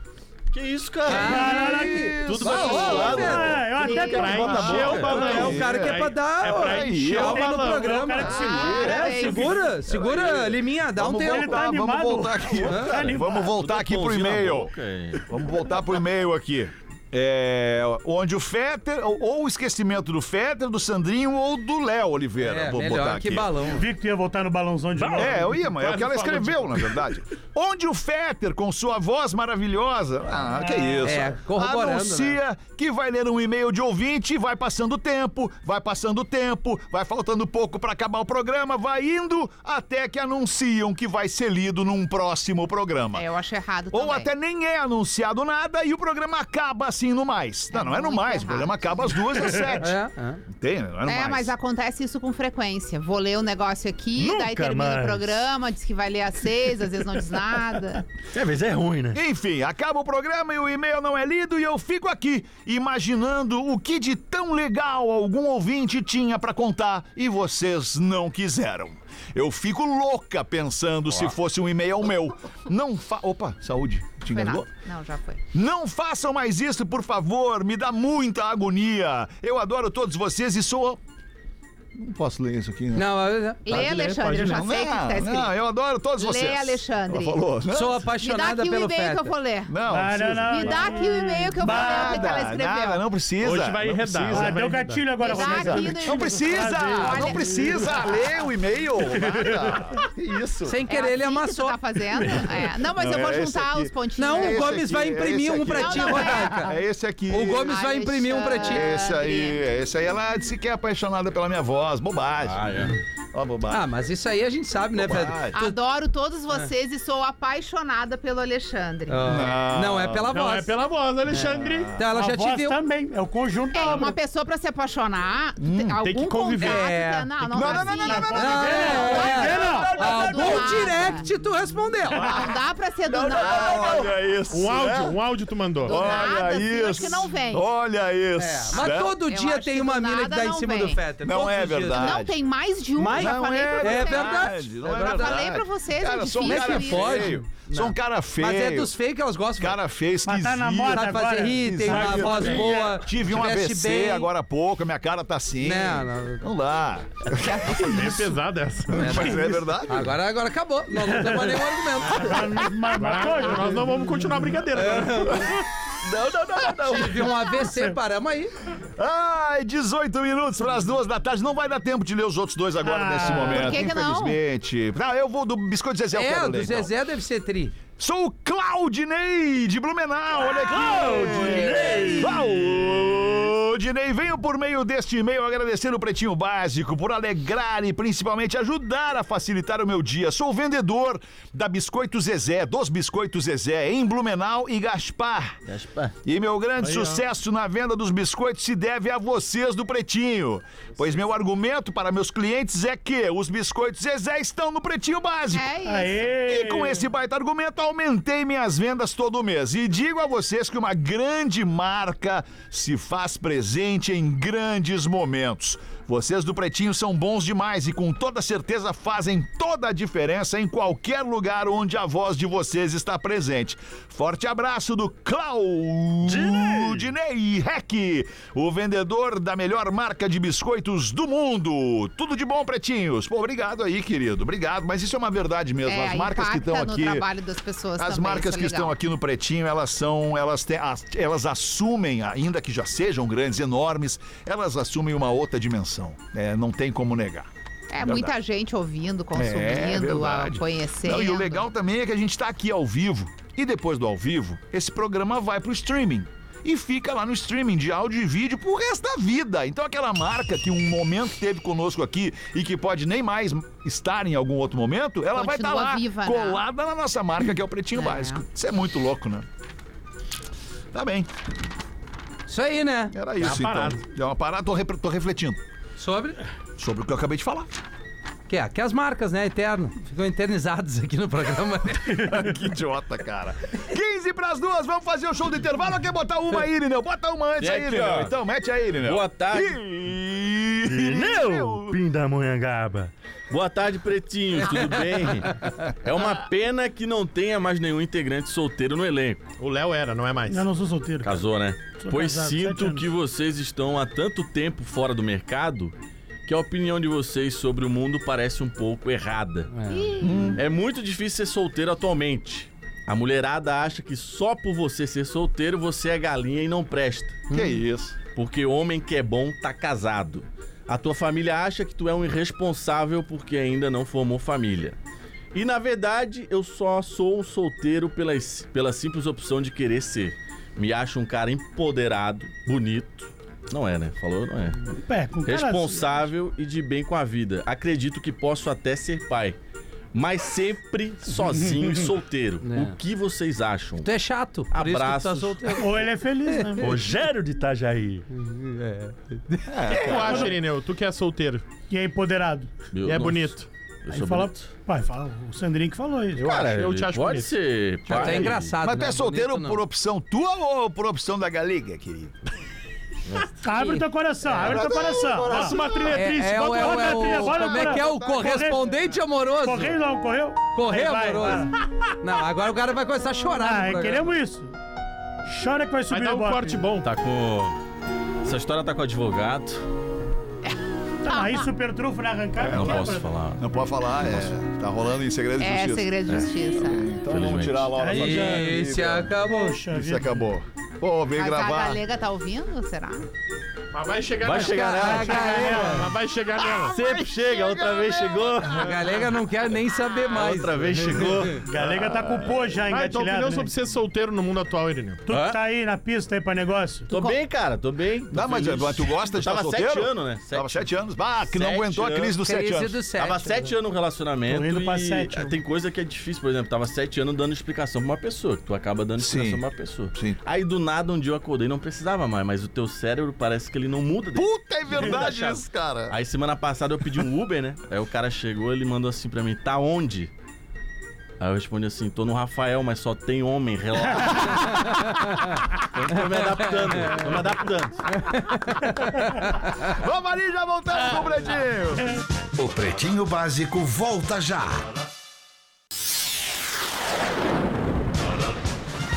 Speaker 8: Que isso, cara?
Speaker 4: Caraca.
Speaker 8: Tudo
Speaker 3: Ô,
Speaker 8: vai pro outro
Speaker 3: ô,
Speaker 8: lado.
Speaker 3: Pedro.
Speaker 4: Ah, eu até
Speaker 5: Pra
Speaker 4: quero
Speaker 6: encher
Speaker 4: botar a
Speaker 6: o
Speaker 4: boca.
Speaker 6: balão.
Speaker 3: É o cara que é pra dar,
Speaker 6: É
Speaker 3: ó,
Speaker 6: pra encher o
Speaker 3: alma no
Speaker 6: balão.
Speaker 4: É
Speaker 3: programa.
Speaker 4: o cara que né? segura.
Speaker 5: Ah,
Speaker 3: É,
Speaker 5: bem.
Speaker 3: segura, segura, Liminha, dá um
Speaker 2: Vamos
Speaker 3: tempo.
Speaker 2: voltar,
Speaker 4: Ele tá
Speaker 2: vamos
Speaker 4: animado.
Speaker 2: voltar aqui.
Speaker 4: Tá animado.
Speaker 2: Vamos voltar
Speaker 8: Tudo
Speaker 2: aqui pro
Speaker 8: pãozinho na
Speaker 2: e-mail.
Speaker 8: boca, é.
Speaker 2: Vamos voltar pro e-mail aqui. É, onde o Fetter, ou, ou o esquecimento do Fetter, do Sandrinho ou do Léo Oliveira.
Speaker 3: É,
Speaker 2: vou botar
Speaker 3: melhor
Speaker 2: aqui.
Speaker 3: que balão.
Speaker 4: Vi que tu ia voltar no balãozão de novo.
Speaker 2: É, eu ia, mas é o que ela
Speaker 6: Quase falou de-
Speaker 2: escreveu, na verdade. Onde o Fetter, com sua voz maravilhosa, ah, que isso,
Speaker 3: É, corroborando,
Speaker 2: anuncia que vai ler um e-mail de ouvinte, vai passando o tempo, vai passando o tempo, vai faltando pouco pra acabar o programa, vai indo até que anunciam que vai ser lido num próximo programa.
Speaker 5: É, eu acho errado
Speaker 2: Ou
Speaker 5: também.
Speaker 2: até nem é anunciado nada e o programa acaba assim no mais. Não, não é no
Speaker 5: muito
Speaker 2: mais, o
Speaker 5: errado.
Speaker 2: programa acaba às duas às sete.
Speaker 3: É, é.
Speaker 2: Tem, não é no
Speaker 5: É,
Speaker 2: mais.
Speaker 5: mas acontece isso com frequência. Vou ler o negócio aqui, daí
Speaker 7: Nunca
Speaker 5: termina
Speaker 7: mais.
Speaker 5: o programa, diz que vai ler às seis, às vezes não diz nada.
Speaker 7: Às vezes é ruim, né?
Speaker 2: Enfim, acaba o programa e o e-mail não é lido e eu fico aqui imaginando o que de tão legal algum ouvinte tinha pra contar e vocês não quiseram. Eu fico louca pensando se fosse um e-mail meu. Não fa... Opa, saúde. Te
Speaker 5: Foi
Speaker 2: engasgou?
Speaker 5: nada. Não, já foi.
Speaker 2: Não façam mais isso, por favor. Me dá muita agonia. Eu adoro todos vocês e sou... Não posso ler isso aqui, né?
Speaker 3: Não, eu-
Speaker 5: Lê, Alexandre, eu já sei o que que tá escrito.
Speaker 2: não, eu adoro todos
Speaker 5: Lê,
Speaker 2: vocês.
Speaker 5: Alexandre.
Speaker 2: Ela falou. Não,
Speaker 3: sou
Speaker 5: Me dá
Speaker 3: apaixonada
Speaker 5: aqui o
Speaker 3: pelo
Speaker 5: e-mail que eu
Speaker 3: Fetter.
Speaker 5: vou ler.
Speaker 2: não,
Speaker 4: Ah,
Speaker 2: precisa.
Speaker 4: não, não,
Speaker 5: Me dá aqui o e-mail que eu vou ler o que que ela
Speaker 2: Nada,
Speaker 5: escreveu.
Speaker 2: nada, não precisa.
Speaker 6: Hoje vai
Speaker 2: não
Speaker 6: enredar.
Speaker 2: precisa.
Speaker 6: hoje
Speaker 4: Ah,
Speaker 6: vai
Speaker 4: deu
Speaker 6: enredar.
Speaker 4: gatilho agora,
Speaker 5: Me dá
Speaker 4: Ronaldo.
Speaker 5: aqui né? no
Speaker 2: Não precisa,
Speaker 5: Olha-
Speaker 2: não precisa ler o e-mail. nada. Que Isso.
Speaker 3: Sem
Speaker 5: É
Speaker 3: querer, ele
Speaker 5: assim que
Speaker 3: amassou.
Speaker 5: tu tá fazendo? É. Não, mas
Speaker 2: Não,
Speaker 5: eu vou
Speaker 2: é esse
Speaker 5: juntar
Speaker 2: aqui.
Speaker 5: os pontinhos.
Speaker 3: Não,
Speaker 2: É
Speaker 3: o
Speaker 2: esse
Speaker 3: Gomes vai
Speaker 2: aqui, é
Speaker 3: imprimir
Speaker 2: esse
Speaker 3: um pra
Speaker 2: aqui.
Speaker 3: ti,
Speaker 5: Não, não é.
Speaker 3: Rodaica.
Speaker 2: É esse aqui.
Speaker 3: O Gomes vai imprimir um pra ti.
Speaker 5: Alexandre.
Speaker 2: Esse aí, esse aí. Ela disse que é apaixonada pela minha voz. Bobagem.
Speaker 8: Ah, é.
Speaker 2: Ó, bobagem.
Speaker 3: Ah, mas isso aí a gente sabe, né, Fetter? Tu-
Speaker 5: Adoro todos vocês e sou apaixonada pelo Alexandre.
Speaker 3: Ah, Não é pela
Speaker 6: Não, é
Speaker 3: voz.
Speaker 6: pela voz, Alexandre.
Speaker 3: Então ela
Speaker 4: A
Speaker 3: já te
Speaker 4: voz
Speaker 3: viu.
Speaker 4: também, é o conjunto
Speaker 5: É,
Speaker 4: da
Speaker 5: uma
Speaker 4: obra.
Speaker 5: pessoa pra se apaixonar, tem algum
Speaker 6: tem que conviver.
Speaker 5: contato,
Speaker 3: É.
Speaker 5: tá- Não, não,
Speaker 2: Não,
Speaker 5: dá
Speaker 2: não, não,
Speaker 5: assim.
Speaker 2: não, não, não,
Speaker 3: Não, é.
Speaker 4: Não,
Speaker 3: Algum
Speaker 5: Nada.
Speaker 3: direct tu respondeu.
Speaker 5: Não dá pra ser do nada.
Speaker 2: Olha isso.
Speaker 6: Um áudio,
Speaker 2: né?
Speaker 6: um áudio tu mandou.
Speaker 5: Do
Speaker 2: Olha
Speaker 5: Ah. nada, assim,
Speaker 2: isso.
Speaker 5: acho que não vem.
Speaker 2: Olha isso.
Speaker 3: É, Mas
Speaker 2: né?
Speaker 3: todo
Speaker 5: Eu
Speaker 3: dia
Speaker 5: acho
Speaker 3: tem
Speaker 5: que
Speaker 3: uma
Speaker 5: do
Speaker 3: mina que
Speaker 5: nada
Speaker 3: dá em
Speaker 5: não
Speaker 3: cima
Speaker 5: vem.
Speaker 3: do Fetter.
Speaker 2: Não
Speaker 3: Todos
Speaker 2: é
Speaker 3: os dias.
Speaker 2: verdade.
Speaker 5: Não, tem mais de um,
Speaker 3: Mas
Speaker 5: já
Speaker 2: não
Speaker 5: falei pra
Speaker 2: é
Speaker 5: vocês.
Speaker 3: verdade.
Speaker 2: não é
Speaker 3: Eu é
Speaker 2: verdade.
Speaker 5: falei pra vocês,
Speaker 2: cara,
Speaker 5: é
Speaker 2: sou um
Speaker 5: difícil
Speaker 2: cara
Speaker 5: isso.
Speaker 2: feio. Sou um cara feio.
Speaker 3: Mas é dos feios que elas gostam.
Speaker 2: Cara feio, esquisito.
Speaker 4: Mas tá na moda
Speaker 3: Sabe fazer
Speaker 4: agora.
Speaker 3: rir, tem uma
Speaker 4: Exato.
Speaker 3: voz boa.
Speaker 2: Tive um
Speaker 3: se veste
Speaker 2: AVC
Speaker 3: bem.
Speaker 2: agora há pouco, a minha cara tá assim.
Speaker 3: Não, não.
Speaker 2: Não dá.
Speaker 6: Bem pesada essa.
Speaker 2: Mas é verdade.
Speaker 3: Agora, agora acabou. Nós não temos nenhum argumento.
Speaker 6: Agora, nós não vamos continuar a brincadeira. né?
Speaker 2: Não, não, não, não.
Speaker 3: Tive um AVC, paramos aí.
Speaker 2: Ai, 18 minutos para as duas da tarde. Não vai dar tempo de ler os outros dois agora
Speaker 4: Ah,
Speaker 2: nesse momento.
Speaker 5: por que que não?
Speaker 2: infelizmente. Não, eu vou do Biscoito Zezé, eu
Speaker 3: É,
Speaker 2: quero
Speaker 3: do
Speaker 2: ler, então.
Speaker 3: Zezé deve ser tri.
Speaker 2: Sou o Claudinei de Blumenau, olha aqui. Claudinei! Claudinei, venho por meio deste e-mail agradecer o Pretinho Básico por alegrar e principalmente ajudar a facilitar o meu dia. Sou vendedor da Biscoito Zezé, dos Biscoitos Zezé, em Blumenau e Gaspar. E meu grande sucesso na venda dos biscoitos se deve a vocês do Pretinho. Pois meu argumento para meus clientes é que os biscoitos Zezé estão no Pretinho Básico.
Speaker 5: É isso.
Speaker 4: Aê!
Speaker 2: E com esse baita argumento, aumentei minhas vendas todo mês. E digo a vocês que uma grande marca se faz presente em grandes momentos. Vocês do Pretinho são bons demais e com toda certeza fazem toda a diferença em qualquer lugar onde a voz de vocês está presente. Forte abraço do Claudinei Heck, o vendedor da melhor marca de biscoitos do mundo. Tudo de bom, Pretinhos. Pô, obrigado aí, querido. Obrigado, mas isso é uma verdade mesmo mesmo.
Speaker 5: É,
Speaker 2: as marcas que
Speaker 5: impacta
Speaker 2: estão
Speaker 5: no
Speaker 2: aqui.
Speaker 5: trabalho das pessoas
Speaker 2: As
Speaker 5: também,
Speaker 2: marcas
Speaker 5: isso é
Speaker 2: que estão
Speaker 5: legal.
Speaker 2: aqui no Pretinho, elas são, elas têm, as- elas assumem, ainda que já sejam grandes, enormes, elas assumem uma outra dimensão. É, não tem como negar.
Speaker 5: É, muita gente ouvindo,
Speaker 2: É,
Speaker 5: consumindo,
Speaker 2: verdade.
Speaker 5: a- conhecendo.
Speaker 2: Não, e o legal também é que a gente está aqui ao vivo. E depois do ao vivo, esse programa vai pro streaming. E fica lá no streaming de áudio e vídeo pro resto da vida. Então aquela marca que um momento teve conosco aqui e que pode nem mais estar em algum outro momento, ela vai estar
Speaker 5: Continua
Speaker 2: lá
Speaker 5: viva, né?
Speaker 2: colada na nossa marca, que é o Pretinho
Speaker 5: É.
Speaker 2: Básico. Isso é muito louco, né? Tá bem,
Speaker 3: Isso aí, né?
Speaker 2: era isso
Speaker 6: parada.
Speaker 2: então. Já é uma parada, tô, repre- tô refletindo
Speaker 3: Sobre.
Speaker 2: sobre o que eu acabei de falar.
Speaker 3: Que é, que as marcas, né? Eterno. Ficam eternizadas aqui no programa.
Speaker 2: que idiota, cara. 15 pras duas, vamos fazer o show do intervalo ou quer é botar uma aí, Irineu? Bota uma antes
Speaker 8: E
Speaker 2: aí,
Speaker 8: aqui,
Speaker 2: Irineu.
Speaker 8: ó.
Speaker 2: Então, mete aí, Irineu.
Speaker 8: Boa tarde.
Speaker 2: Irineu!
Speaker 4: Pindamonhangaba.
Speaker 8: Boa tarde, pretinhos, tudo bem? É uma pena que não tenha mais nenhum integrante solteiro no elenco.
Speaker 6: O Léo era, não é mais.
Speaker 4: Eu não sou solteiro.
Speaker 8: Casou, né?
Speaker 4: Sou
Speaker 8: Pois
Speaker 4: casado, sete
Speaker 8: sinto
Speaker 4: anos.
Speaker 8: que vocês estão há tanto tempo fora do mercado que a opinião de vocês sobre o É mundo parece um pouco errada. É muito difícil ser solteiro atualmente. A mulherada acha que só por você ser solteiro você é galinha e não presta.
Speaker 2: Que isso?
Speaker 8: Porque homem que é bom tá casado. A tua família acha que tu é um irresponsável porque ainda não formou família. E na verdade, eu só sou um solteiro pela, pela simples opção de querer ser. Me acho um cara empoderado, bonito. Não é, né? Falou, não é.
Speaker 4: É, com cara-
Speaker 8: Responsável e de bem com a vida. Acredito que posso até ser pai. Mas sempre sozinho e solteiro.
Speaker 3: É.
Speaker 8: O que vocês acham?
Speaker 3: Tu é chato. Por Isso que tu tá
Speaker 8: Abraços.
Speaker 3: solteiro.
Speaker 4: Ou ele é feliz, né?
Speaker 7: Rogério de Itajaí.
Speaker 6: Tu acha, Irineu? Tu que é solteiro
Speaker 4: E é empoderado.
Speaker 8: Meu,
Speaker 6: e é
Speaker 8: nossa,
Speaker 6: bonito.
Speaker 8: Eu
Speaker 4: Aí
Speaker 8: sou
Speaker 4: fala,
Speaker 8: bonito.
Speaker 4: pai, fala, o Sandrinho que falou isso.
Speaker 6: Cara, eu
Speaker 8: Ele
Speaker 6: te acho
Speaker 8: pode
Speaker 6: bonito.
Speaker 8: ser
Speaker 3: Já
Speaker 8: pai.
Speaker 3: tá engraçado.
Speaker 2: Mas tu
Speaker 3: né?
Speaker 2: é solteiro
Speaker 3: Bonito, não.
Speaker 2: por opção tua ou por opção da galega, querido?
Speaker 4: Abre teu coração, abre teu coração. Bota uma trilha
Speaker 3: É,
Speaker 4: tá triste, Tá
Speaker 3: é, o-
Speaker 4: bota
Speaker 3: é, o-
Speaker 4: uma
Speaker 3: é
Speaker 4: trilha,
Speaker 3: o,
Speaker 4: bota
Speaker 3: como é que é o
Speaker 4: uma-
Speaker 3: correspondente amoroso?
Speaker 4: Correu não, correu?
Speaker 3: Correu
Speaker 4: Vai, vai,
Speaker 3: amoroso.
Speaker 4: vai.
Speaker 3: Não, agora o cara vai começar a chorar. no
Speaker 4: Ah, é,
Speaker 3: programa.
Speaker 4: queremos isso. Chora que vai
Speaker 6: Vai
Speaker 4: subir
Speaker 6: dar
Speaker 4: o
Speaker 6: um
Speaker 4: bote.
Speaker 6: corte bom.
Speaker 8: Tá com. Essa história tá com advogado.
Speaker 4: Tá, aí super trufo na arrancada.
Speaker 8: Não
Speaker 4: quebra.
Speaker 8: posso falar.
Speaker 2: Não pode falar, é. Tá rolando em segredo de
Speaker 5: É,
Speaker 2: justiça.
Speaker 5: segredo de justiça.
Speaker 2: Então vamos
Speaker 8: Infelizmente.
Speaker 2: tirar a Laura
Speaker 4: Aí, é
Speaker 2: Fabiani,
Speaker 3: E se
Speaker 2: cara.
Speaker 3: acabou.
Speaker 4: Poxa
Speaker 2: Isso é
Speaker 4: vida.
Speaker 2: acabou. Pô, veio
Speaker 5: Mas a
Speaker 2: gravar.
Speaker 5: galega tá ouvindo, será?
Speaker 6: Mas vai chegar
Speaker 8: Vai
Speaker 6: nela.
Speaker 8: chegar
Speaker 3: A
Speaker 8: nela.
Speaker 3: galega,
Speaker 6: Mas vai chegar nela.
Speaker 8: Sempre chega, outra vez chegou.
Speaker 3: a galega não quer nem saber mais.
Speaker 8: Outra vez chegou.
Speaker 4: Galega tá com o pô já
Speaker 6: Vai, tua
Speaker 4: engatilhado.
Speaker 6: Ah, então opinião
Speaker 4: né?
Speaker 6: sobre ser solteiro no mundo atual, Irineu.
Speaker 4: Tu
Speaker 8: Hã?
Speaker 4: que tá aí na pista aí pra negócio?
Speaker 8: Tô bem, cara, tô bem. Tô
Speaker 2: Não, Tá, mas,
Speaker 8: feliz.
Speaker 2: mas tu gosta de
Speaker 8: Eu
Speaker 2: estar
Speaker 8: tava
Speaker 2: solteiro?
Speaker 8: sete anos, né? Sete.
Speaker 2: Tava sete anos. Ah, que não
Speaker 8: Sete
Speaker 2: aguentou a crise dos sete
Speaker 3: Crise
Speaker 2: anos.
Speaker 3: do sete.
Speaker 8: Tava sete anos no relacionamento.
Speaker 4: Tô indo pra
Speaker 8: e
Speaker 4: sete, né?
Speaker 8: Tem coisa que é difícil, por exemplo, tava sete anos dando explicação pra uma pessoa. que Tu acaba dando
Speaker 2: Sim.
Speaker 8: explicação pra uma pessoa.
Speaker 2: Sim.
Speaker 8: Aí do nada um dia eu acordei e não precisava mais, mas o teu cérebro parece que ele não muda. dele.
Speaker 2: Puta, é verdade
Speaker 8: Chave.
Speaker 2: isso, cara.
Speaker 8: Aí semana passada eu pedi um Uber, né? Aí o cara chegou, ele mandou assim pra mim, tá onde? Aí eu respondi assim, tô no Rafael, mas só tem homem, relaxa. eu tô me adaptando, tô me adaptando.
Speaker 2: Vamos ali, já voltamos com o Pretinho.
Speaker 1: O Pretinho Básico volta já.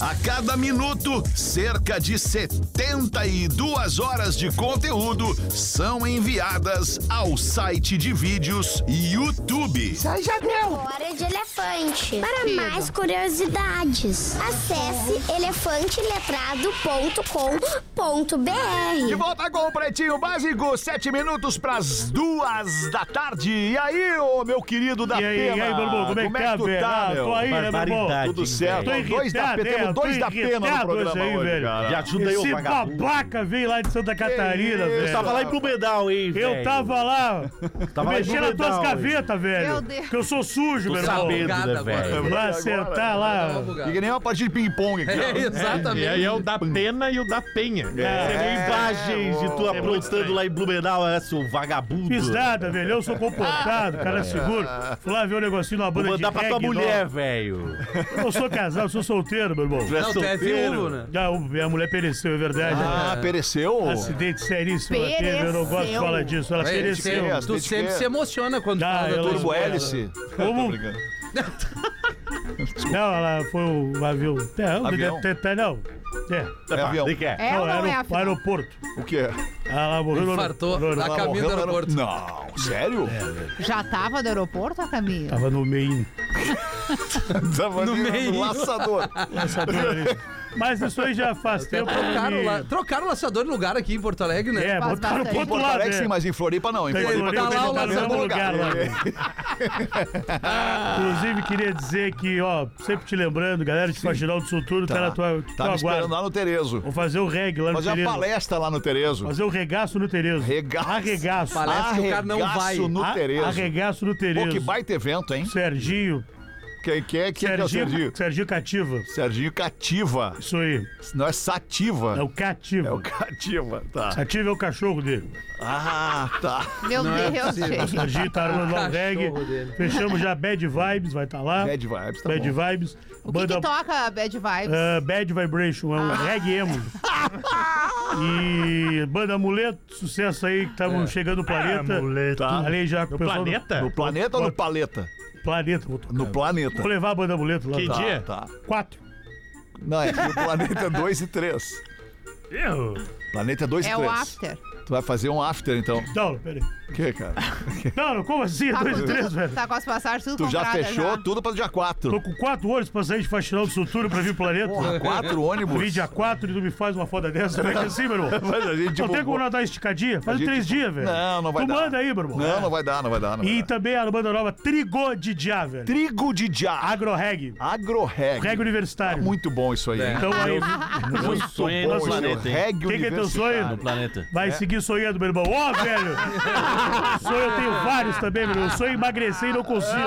Speaker 2: A cada minuto, cerca de 72 horas de conteúdo são enviadas ao site de vídeos YouTube.
Speaker 10: Memória de elefante. Para mais curiosidades, acesse elefanteletrado.com.br.
Speaker 2: De volta com o Pretinho Básico, sete minutos pras duas da tarde. E aí, ô meu querido da
Speaker 4: E aí,
Speaker 2: Tá pena?
Speaker 4: e aí, Bubu, como é que tá,
Speaker 2: tu
Speaker 4: velho?
Speaker 2: tá,
Speaker 4: Ah,
Speaker 2: meu?
Speaker 4: tô aí, né, Bubu?
Speaker 7: Barbaridade.
Speaker 2: Tudo certo.
Speaker 4: Tô
Speaker 2: dois da
Speaker 4: irritado,
Speaker 2: pena,
Speaker 4: é,
Speaker 2: temos
Speaker 4: tô
Speaker 2: dois da pena no
Speaker 4: irritado hoje
Speaker 2: programa
Speaker 4: aí,
Speaker 2: hoje,
Speaker 4: velho.
Speaker 2: cara.
Speaker 7: Me ajuda aí, ô
Speaker 4: Esse
Speaker 7: vagabundo.
Speaker 4: babaca veio lá de Santa Catarina,
Speaker 2: isso,
Speaker 7: Eu
Speaker 4: velho.
Speaker 7: tava lá em Clubedal, hein,
Speaker 4: Eu
Speaker 7: velho.
Speaker 4: tava lá,
Speaker 7: Tava lá em
Speaker 4: mexendo nas
Speaker 7: Clubedão,
Speaker 4: tuas
Speaker 7: hein.
Speaker 4: cavetas, velho.
Speaker 5: Meu Deus.
Speaker 4: Que eu sou sujo,
Speaker 7: Tô
Speaker 4: meu irmão.
Speaker 7: sabendo,
Speaker 3: Bugada
Speaker 7: né, velho?
Speaker 2: agora.
Speaker 4: Vai
Speaker 2: Agora,
Speaker 4: sentar lá.
Speaker 2: E que nem uma partida de ping-pong aqui.
Speaker 3: É,
Speaker 2: ó.
Speaker 3: exatamente.
Speaker 6: E aí é o da Pena e o da Penha.
Speaker 7: Tem imagens de tu
Speaker 6: muito estranho.
Speaker 7: aprontando lá em Blumenau, é, seu vagabundo.
Speaker 4: Fiz nada, velho. Eu sou comportado, cara é seguro. Fui lá ver um negocinho numa
Speaker 7: Vou
Speaker 4: banda de
Speaker 7: mandar pra tua
Speaker 4: reggae,
Speaker 7: mulher, velho.
Speaker 4: não. Eu sou casado, sou solteiro, meu irmão.
Speaker 3: Não, tu é
Speaker 7: solteiro.
Speaker 3: viúvo, né?
Speaker 4: Ah, o- minha mulher pereceu, é verdade. Um
Speaker 2: Ah, pereceu?
Speaker 4: Acidente seríssimo. ela teve, Eu não gosto de
Speaker 5: Pereceu.
Speaker 4: falar disso. Ela
Speaker 3: Ei,
Speaker 4: pereceu.
Speaker 3: É, tu-
Speaker 2: Acidente
Speaker 3: Tu sempre
Speaker 2: feio.
Speaker 3: se emociona quando
Speaker 4: Ah,
Speaker 3: fala da
Speaker 4: um eu
Speaker 3: tua
Speaker 4: não-
Speaker 2: Turbo
Speaker 3: esposa.
Speaker 2: hélice?
Speaker 4: Tá Como?
Speaker 2: brincando. É
Speaker 4: Não, ela foi o avião. É, o
Speaker 2: Avião?
Speaker 4: de- de- de- não. É.
Speaker 2: É avião.
Speaker 7: De que é?
Speaker 5: É ou não é,
Speaker 4: era o
Speaker 5: afinal?
Speaker 4: aeroporto.
Speaker 2: O que é?
Speaker 4: Ela morreu no
Speaker 3: Infartou
Speaker 4: no- no-
Speaker 7: Tá
Speaker 3: a caminho do
Speaker 2: morreu no
Speaker 3: aeroporto.
Speaker 2: Não, sério?
Speaker 4: É.
Speaker 5: Já tava do aeroporto, a Camila?
Speaker 4: Tava no meio.
Speaker 2: Tava no
Speaker 3: meio.
Speaker 2: Tá um laçador.
Speaker 4: Mas isso aí já faz
Speaker 3: Até
Speaker 4: tempo.
Speaker 3: trocaram,
Speaker 4: e-
Speaker 3: lá, trocaram o laçador de lugar aqui em Porto Alegre, né?
Speaker 4: É,
Speaker 5: Faz
Speaker 4: botaram
Speaker 5: bastante.
Speaker 4: pro outro
Speaker 2: Porto
Speaker 4: lado.
Speaker 2: Alegre,
Speaker 4: é.
Speaker 2: sim, mas em Floripa não. Em
Speaker 4: Tem
Speaker 2: Floripa
Speaker 4: Floripa,
Speaker 2: também
Speaker 3: tá lá o
Speaker 2: tá
Speaker 3: laçador
Speaker 2: mesmo
Speaker 4: no lugar lá.
Speaker 2: É.
Speaker 4: Inclusive, queria dizer que, ó, sempre te lembrando, galera de Faxinal do Sul, tudo tá, na tua,
Speaker 2: Tá
Speaker 4: tua
Speaker 2: me esperando
Speaker 4: guarda.
Speaker 2: lá no Terezo.
Speaker 4: Vou fazer o reggae lá no
Speaker 2: Fazer uma
Speaker 4: Terezo.
Speaker 2: palestra lá no Terezo.
Speaker 4: Fazer o regaço no Terezo.
Speaker 2: Regaço.
Speaker 4: Arregaço.
Speaker 3: Palestra. Parece que o cara não
Speaker 2: Arregaço
Speaker 3: vai.
Speaker 2: no
Speaker 4: A-
Speaker 2: Terezo.
Speaker 4: Arregaço no Terezo.
Speaker 2: Pô, que baita evento, hein?
Speaker 4: Serginho.
Speaker 2: Quem, quem, é- quem é que é o Serginho?
Speaker 4: Serginho. Serginho Cativa.
Speaker 2: Serginho Cativa.
Speaker 4: Isso aí.
Speaker 2: Isso não é Sativa.
Speaker 4: É o Cativa.
Speaker 2: É o Cativa, tá.
Speaker 4: Cativa é o cachorro dele.
Speaker 2: Ah, tá.
Speaker 5: Meu Deus, gente.
Speaker 4: Serginho tá armando lá o reggae.
Speaker 3: cachorro dele.
Speaker 4: Fechamos já Bad Vibes, vai estar lá.
Speaker 2: Bad Vibes, tá
Speaker 4: Ah, Bad
Speaker 2: bom.
Speaker 4: Vibes.
Speaker 5: O que, é que toca Bad Vibes?
Speaker 4: Ah, Bad Vibration,
Speaker 5: Ah.
Speaker 4: é um reggae emo. E banda Amuleto, sucesso aí, que estavam chegando no planeta. Tá.
Speaker 6: Amuleto.
Speaker 4: Ali já com
Speaker 6: No
Speaker 4: o pessoal do-
Speaker 6: planeta?
Speaker 2: É. No planeta ou no paleta?
Speaker 4: planeta, vou tocar.
Speaker 2: No planeta.
Speaker 4: Vou levar a banda Amuleto lá.
Speaker 6: Que
Speaker 4: Tá.
Speaker 6: dia?
Speaker 2: Tá.
Speaker 4: Quatro.
Speaker 2: é Não, é que o planeta 2 e 3. Planeta 2 e
Speaker 5: é
Speaker 2: 3.
Speaker 5: o After. Tá
Speaker 2: Tu vai fazer um after, então.
Speaker 4: Não, peraí.
Speaker 2: O que, cara?
Speaker 4: Não, como assim?
Speaker 5: Tá,
Speaker 4: Dois,
Speaker 5: com,
Speaker 4: três, velho.
Speaker 5: tá com as passagens tudo
Speaker 2: Tu já
Speaker 5: compradas
Speaker 2: fechou tudo pra dia 4.
Speaker 4: Tô com quatro olhos pra sair de faxinal do Sultura pra vir pro planeta.
Speaker 2: Porra, quatro
Speaker 4: Vim
Speaker 2: ônibus.
Speaker 4: dia 4 e tu me faz uma foda dessa? Como é que é assim, meu irmão?
Speaker 2: Mas a gente
Speaker 4: Não tem
Speaker 2: divulgou.
Speaker 4: como nós dar esticadinha?
Speaker 2: A
Speaker 4: Faz em
Speaker 2: gente
Speaker 4: três dias, velho.
Speaker 2: Não, não vai
Speaker 4: tu
Speaker 2: dar.
Speaker 4: manda aí, meu irmão. Então,
Speaker 2: Não, não vai dar, não vai dar. Não vai
Speaker 4: E
Speaker 2: dar.
Speaker 4: também a banda nova Trigo de Diá, velho.
Speaker 2: Trigo de já.
Speaker 4: Agroreg.
Speaker 2: Agroreg.
Speaker 4: Reg universitário.
Speaker 2: Muito bom isso aí. hein?
Speaker 4: Então aí,
Speaker 8: Meu sonho é ir no
Speaker 2: Bom, isso aí.
Speaker 8: planeta, hein?
Speaker 2: Reggae
Speaker 4: Quem que é teu
Speaker 2: universitário.
Speaker 4: sonho?
Speaker 8: No planeta.
Speaker 4: vai seguir sonhando, meu irmão. Ó, velho! Sonho eu tenho vários também, meu irmão. Sonho em emagrecer e não consigo.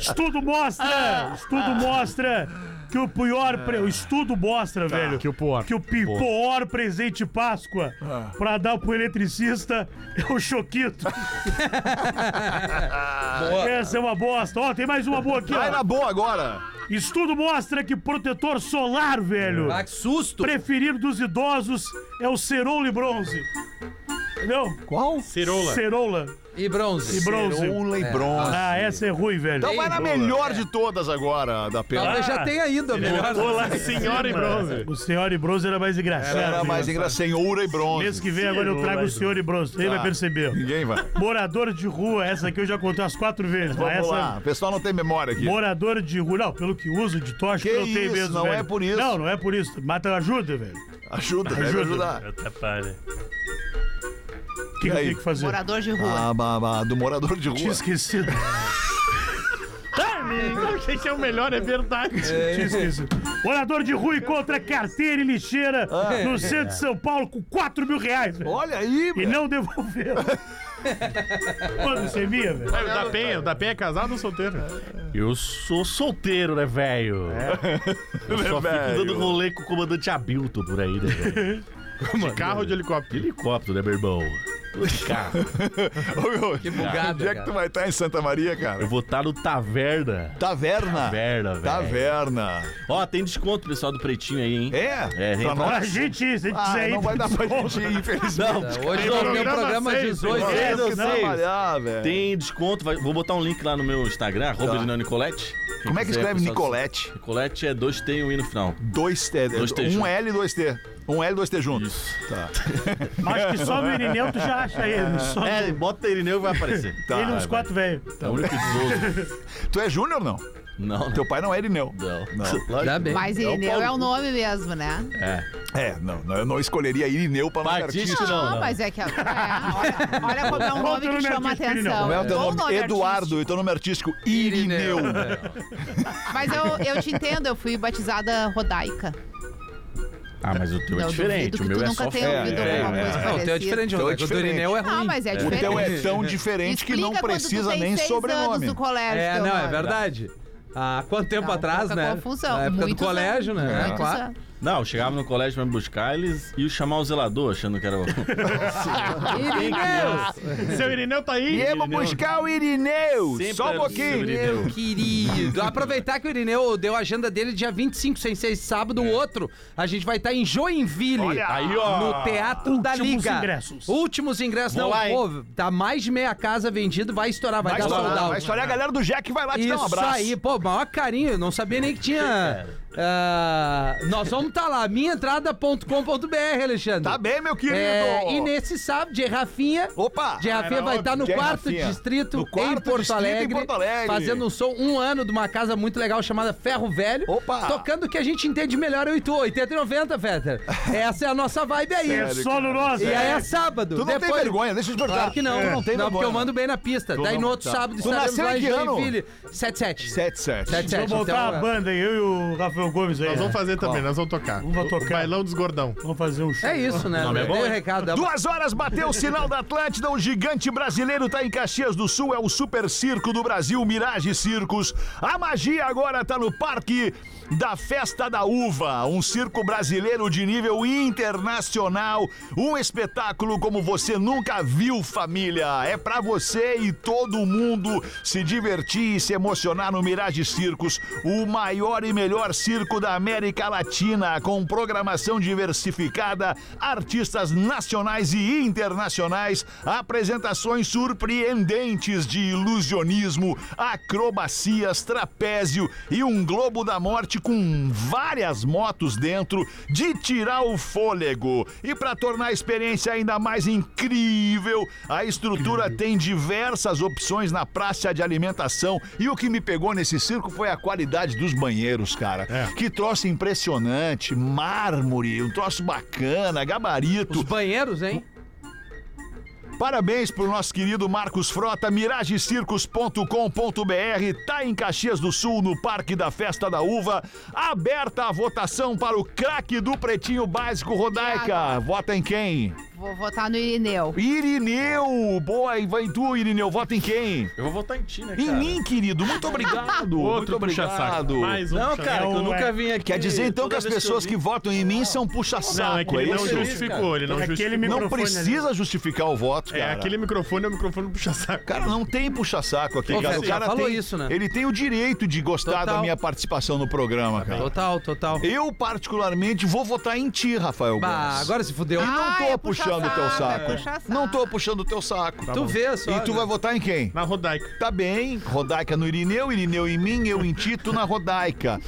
Speaker 4: Estudo mostra! Estudo mostra! Que o pior. pre- O estudo mostra, velho.
Speaker 6: Tá, que o pior. Ah.
Speaker 4: Que o pi- pior presente de Páscoa pra dar pro eletricista é o Choquito.
Speaker 3: Ah,
Speaker 4: Essa é uma bosta. Ó, tem mais uma boa aqui,
Speaker 2: Vai na
Speaker 4: ó.
Speaker 2: boa agora.
Speaker 4: Estudo mostra que protetor solar, velho.
Speaker 3: Ah, que susto!
Speaker 4: preferido dos idosos é o Cerola e Bronze. Entendeu?
Speaker 2: Qual?
Speaker 6: Cerola.
Speaker 4: Cerola
Speaker 3: E
Speaker 4: e
Speaker 3: bronze.
Speaker 4: Bronze.
Speaker 2: Cerola e bronze.
Speaker 4: Ah, essa é ruim, velho.
Speaker 2: Então vai na
Speaker 3: Ei,
Speaker 2: melhor de todas agora, da pena.
Speaker 3: Talvez já tenha ido a melhor.
Speaker 6: Olá, senhora e bronze.
Speaker 4: O Senhor e Bronze era mais engraçado.
Speaker 2: Era mais engraçado, um. sem ouro e
Speaker 4: Mês
Speaker 2: bronze.
Speaker 4: que vem agora eu trago o Senhor e Bronze. Ele
Speaker 2: Tá.
Speaker 4: vai perceber.
Speaker 2: Ninguém vai.
Speaker 4: Morador de rua, essa aqui eu já contei umas quatro vezes. mas
Speaker 2: Vamos
Speaker 4: essa...
Speaker 2: lá, o pessoal não tem memória aqui.
Speaker 4: Morador de rua, não, pelo que uso de tocha,
Speaker 2: Que
Speaker 4: não tem
Speaker 2: isso,
Speaker 4: mesmo.
Speaker 2: não
Speaker 4: velho.
Speaker 2: é por isso.
Speaker 4: Não, não é por isso. Mata ajuda, velho.
Speaker 2: Ajuda, deve
Speaker 4: Ajuda. É,
Speaker 2: ajudar.
Speaker 7: Atrapalha.
Speaker 4: O que,
Speaker 2: E
Speaker 4: que eu
Speaker 2: aí?
Speaker 4: tenho que fazer?
Speaker 5: Morador de
Speaker 4: tá.
Speaker 5: rua.
Speaker 2: Ah, bah, bah, do morador de
Speaker 4: Tinha
Speaker 2: rua.
Speaker 4: esquecido.
Speaker 6: Tá, Esse é o melhor, é verdade.
Speaker 4: Tinha esquecido. Morador de rua encontra carteira e lixeira no centro de São Paulo com 4 mil reais, velho.
Speaker 2: Ah. Olha aí,
Speaker 4: E
Speaker 2: velho.
Speaker 4: não devolveu. Mano, você é minha, velho.
Speaker 6: O da Penha, o da Penha é casado ou solteiro?
Speaker 7: Eu sou solteiro, né, velho? Eu
Speaker 4: é
Speaker 7: só fico dando rolê com o comandante Abilton por aí, né, velho?
Speaker 6: De carro ou de
Speaker 7: De
Speaker 6: helicóptero?
Speaker 7: helicóptero, né, meu irmão? De carro.
Speaker 2: Ô, meu,
Speaker 3: Que bugado,
Speaker 2: Onde é que
Speaker 3: cara.
Speaker 2: tu vai estar em Santa Maria,
Speaker 7: Eu
Speaker 2: cara?
Speaker 7: vou
Speaker 8: tá
Speaker 7: estar no Taverna.
Speaker 2: Taverna.
Speaker 7: Taverna, velho.
Speaker 2: Taverna.
Speaker 8: Ó, tem desconto, pessoal do Pretinho aí, hein?
Speaker 2: É?
Speaker 8: É,
Speaker 2: pra
Speaker 8: gente.
Speaker 4: Pra
Speaker 2: nós.
Speaker 4: gente ir, se a gente
Speaker 2: Ah,
Speaker 4: quiser ir.
Speaker 2: não vai dar pra
Speaker 4: desculpa.
Speaker 2: gente ir, infelizmente.
Speaker 8: Não,
Speaker 3: Hoje nós temos
Speaker 6: programa
Speaker 3: o programa
Speaker 6: seis,
Speaker 3: 18.
Speaker 2: Nós
Speaker 8: é,
Speaker 2: temos que
Speaker 8: eu sei.
Speaker 2: trabalhar, velho.
Speaker 8: Tem desconto, vai- vou botar um link lá no meu Instagram, arroba Linão Nicolete. Quem
Speaker 2: Como é que
Speaker 8: quiser,
Speaker 2: escreve
Speaker 8: pessoal,
Speaker 2: Nicolete?
Speaker 8: Nicolete é dois T e um I no final.
Speaker 2: Dois T.
Speaker 8: Dois T
Speaker 2: um
Speaker 8: junto.
Speaker 2: L e dois T. Um L e dois T juntos. Tá.
Speaker 4: Acho que só no Irineu tu já acha ele. Só
Speaker 7: É,
Speaker 4: ele
Speaker 7: bota Irineu e vai aparecer.
Speaker 2: Ah. tá,
Speaker 4: e uns
Speaker 2: velho.
Speaker 4: quatro velhos.
Speaker 8: É o único idoso.
Speaker 2: Tu é Júnior ou não?
Speaker 8: Não, não.
Speaker 2: Teu pai não é Irineu.
Speaker 8: Não.
Speaker 3: Ainda bem.
Speaker 5: Mas Irineu é o nome mesmo, né?
Speaker 2: É, não, não, eu não escolheria Irineu pra nome
Speaker 7: Batista,
Speaker 2: artístico.
Speaker 7: não,
Speaker 5: Não,
Speaker 7: não.
Speaker 5: mas é que. É, olha, olha como é um
Speaker 4: Qual
Speaker 5: nome
Speaker 4: teu
Speaker 5: que
Speaker 4: nome
Speaker 5: chama
Speaker 4: artístico,
Speaker 5: atenção.
Speaker 2: Como é o teu
Speaker 5: Bom
Speaker 2: nome? Eduardo, e teu nome artístico Irineu.
Speaker 5: artístico. Mas eu, eu te entendo, eu fui batizada rodaica.
Speaker 7: Ah, mas o teu
Speaker 5: Não,
Speaker 7: é
Speaker 5: eu
Speaker 7: diferente.
Speaker 5: duvido
Speaker 7: O
Speaker 5: que
Speaker 7: meu
Speaker 5: tu
Speaker 7: é
Speaker 5: nunca
Speaker 7: só
Speaker 5: tenha ouvido
Speaker 2: É,
Speaker 5: alguma
Speaker 2: é,
Speaker 5: coisa
Speaker 3: Não, o teu é
Speaker 5: parecida.
Speaker 3: diferente,
Speaker 2: Teu é
Speaker 3: Rodaico. O do
Speaker 2: diferente.
Speaker 3: Irineu é
Speaker 5: Não,
Speaker 3: ruim.
Speaker 5: mas é
Speaker 2: O
Speaker 5: diferente.
Speaker 2: teu é tão diferente que
Speaker 5: Explica
Speaker 2: não
Speaker 5: quando tu
Speaker 2: precisa
Speaker 5: tem
Speaker 2: nem
Speaker 5: seis
Speaker 2: sobrenome.
Speaker 5: Anos do colégio,
Speaker 3: É,
Speaker 5: teu
Speaker 3: não, é
Speaker 5: nome.
Speaker 3: verdade. Há quanto tempo
Speaker 5: Dá um
Speaker 3: atrás,
Speaker 5: pouca
Speaker 3: né?
Speaker 5: confusão.
Speaker 3: Na época do
Speaker 5: Muitos
Speaker 3: colégio,
Speaker 5: anos,
Speaker 3: né?
Speaker 5: muitos
Speaker 3: Claro.
Speaker 5: anos.
Speaker 8: Não, eu chegava no colégio pra me buscar eles e chamar o zelador, achando que era o.
Speaker 3: Irineu!
Speaker 2: Então.
Speaker 6: Seu Irineu tá aí?
Speaker 2: Viemos buscar o Irineu.
Speaker 8: Sempre
Speaker 2: Só um
Speaker 8: era
Speaker 2: pouquinho.
Speaker 8: possível, Irineu.
Speaker 3: Querido, aproveitar que o Irineu deu a agenda dele dia 25, sem ser esse sábado, o outro. A gente vai estar em Joinville,
Speaker 2: Olha!
Speaker 3: aí, ó. no Teatro da
Speaker 4: Últimos
Speaker 3: Liga.
Speaker 4: ingressos.
Speaker 3: Últimos ingressos.
Speaker 7: Vou
Speaker 3: não,
Speaker 7: lá, hein?
Speaker 3: pô, tá mais de meia casa vendido, vai estourar, vai,
Speaker 2: Vai
Speaker 3: dar sold
Speaker 2: estourar,
Speaker 3: out.
Speaker 2: vai estourar. A galera do Jack vai lá te dar um
Speaker 3: Isso
Speaker 2: abraço.
Speaker 3: aí, pô, maior carinho, eu não sabia nem que tinha. Ah, nós vamos estar lá, minhaentrada.com.br, Alexandre.
Speaker 2: Tá bem, meu querido.
Speaker 3: É, e nesse sábado, de Rafinha.
Speaker 2: Opa!
Speaker 3: De Rafinha
Speaker 2: Era
Speaker 3: vai estar no
Speaker 2: óbvio. Jay
Speaker 3: quarto
Speaker 2: Rafinha.
Speaker 3: distrito,
Speaker 2: No quarto
Speaker 3: em, Porto
Speaker 2: distrito, em
Speaker 3: Alegre,
Speaker 2: Porto Alegre.
Speaker 3: fazendo um som um ano de uma casa muito legal chamada Ferro Velho.
Speaker 2: Opa!
Speaker 3: Tocando o que a gente entende melhor, 8, 80 e 90, Fetter. Essa é a nossa vibe aí.
Speaker 4: É só no nosso.
Speaker 3: E aí é sábado.
Speaker 2: Tu não tem
Speaker 3: Depois-
Speaker 2: vergonha, deixa eu te perguntar.
Speaker 3: Claro que não.
Speaker 2: Tu
Speaker 3: não,
Speaker 2: não tem
Speaker 3: porque
Speaker 2: vergonha.
Speaker 3: eu mando bem na pista. Daí no outro sábado
Speaker 2: Tu
Speaker 3: estaremos
Speaker 2: nasceu
Speaker 3: lá
Speaker 2: em
Speaker 3: em
Speaker 2: que ano?
Speaker 3: Joinville. 77.
Speaker 2: 77.
Speaker 3: 77.
Speaker 4: Vamos voltar
Speaker 3: então,
Speaker 4: a
Speaker 3: é.
Speaker 4: banda aí, eu e o Rafael Gomes aí.
Speaker 6: Nós vamos fazer também, nós vamos tocar.
Speaker 4: Vamos
Speaker 6: O-
Speaker 4: tocar.
Speaker 6: O bailão dos gordão.
Speaker 4: Vamos fazer um show.
Speaker 3: É isso, né?
Speaker 7: Não, mas é bom.
Speaker 3: Bom recado. da-
Speaker 2: Duas horas bateu o sinal da Atlântida. O gigante brasileiro tá em Caxias do Sul. É o Super Circo do Brasil, Mirage Circos. A magia agora tá no Parque da Festa da Uva. Um circo brasileiro de nível internacional. Um espetáculo como você nunca viu, família. É pra você e todo mundo se divertir e se emocionar no Mirage Circos. O maior e melhor circo circo da América Latina, com programação diversificada, artistas nacionais e internacionais, apresentações surpreendentes de ilusionismo, acrobacias, trapézio e um globo da morte com várias motos dentro de tirar o fôlego. E para tornar a experiência ainda mais incrível, a estrutura tem diversas opções na praça de alimentação. E o que me pegou nesse circo foi a qualidade dos banheiros, cara. Que troço impressionante, mármore, um troço bacana, gabarito.
Speaker 3: Os banheiros, hein?
Speaker 2: Parabéns pro nosso querido Marcos Frota, miragecircos.com.br, tá em Caxias do Sul, no Parque da Festa da Uva. Aberta a votação para o craque do Pretinho Básico Rodaica. Vota em quem?
Speaker 5: Vou votar no Irineu.
Speaker 2: Irineu! Boa, e vai tu, Irineu, vota em quem?
Speaker 8: Eu vou votar em ti, né,
Speaker 2: Em
Speaker 8: cara?
Speaker 2: mim, querido, muito obrigado. muito
Speaker 6: Outro puxa-saco.
Speaker 2: obrigado.
Speaker 6: Mais um
Speaker 8: Não,
Speaker 6: puxa-saco.
Speaker 8: cara, que eu nunca vim aqui.
Speaker 2: Quer dizer então que
Speaker 8: é. Toda
Speaker 2: as
Speaker 8: vez
Speaker 2: pessoas que,
Speaker 8: eu vim-
Speaker 2: votam em mim são
Speaker 6: Não, é
Speaker 2: puxa-saco,
Speaker 6: que
Speaker 2: é
Speaker 6: ele não
Speaker 2: isso?
Speaker 6: justificou, ele não
Speaker 4: Aquele
Speaker 6: justificou.
Speaker 4: micro-
Speaker 2: Não
Speaker 4: microfone ali.
Speaker 2: precisa justificar o voto, cara.
Speaker 6: É, aquele microfone é o microfone do puxa-saco.
Speaker 2: Cara, não tem puxa-saco aqui,
Speaker 3: Ô,
Speaker 2: cara.
Speaker 3: Fede,
Speaker 2: O cara
Speaker 3: já falou
Speaker 2: tem,
Speaker 3: isso, né?
Speaker 2: Ele tem o direito de gostar
Speaker 3: Total.
Speaker 2: da minha participação no programa,
Speaker 7: Tá.
Speaker 2: cara.
Speaker 3: Total, total.
Speaker 2: Eu, particularmente, vou votar em ti, Rafael
Speaker 3: Bah,
Speaker 2: Gomes.
Speaker 3: agora se fudeu.
Speaker 2: Eu não
Speaker 5: Ah,
Speaker 2: tô
Speaker 5: é puxa
Speaker 2: puxando o teu
Speaker 5: saco, é
Speaker 2: saco.
Speaker 5: puxa saco.
Speaker 2: Não tô puxando o teu saco.
Speaker 3: tu vê só.
Speaker 2: tá E tu vai votar em quem?
Speaker 6: Na Rodaica.
Speaker 2: Tá bem, Rodaica no Irineu, Irineu em mim, eu em ti, tu na Rodaica.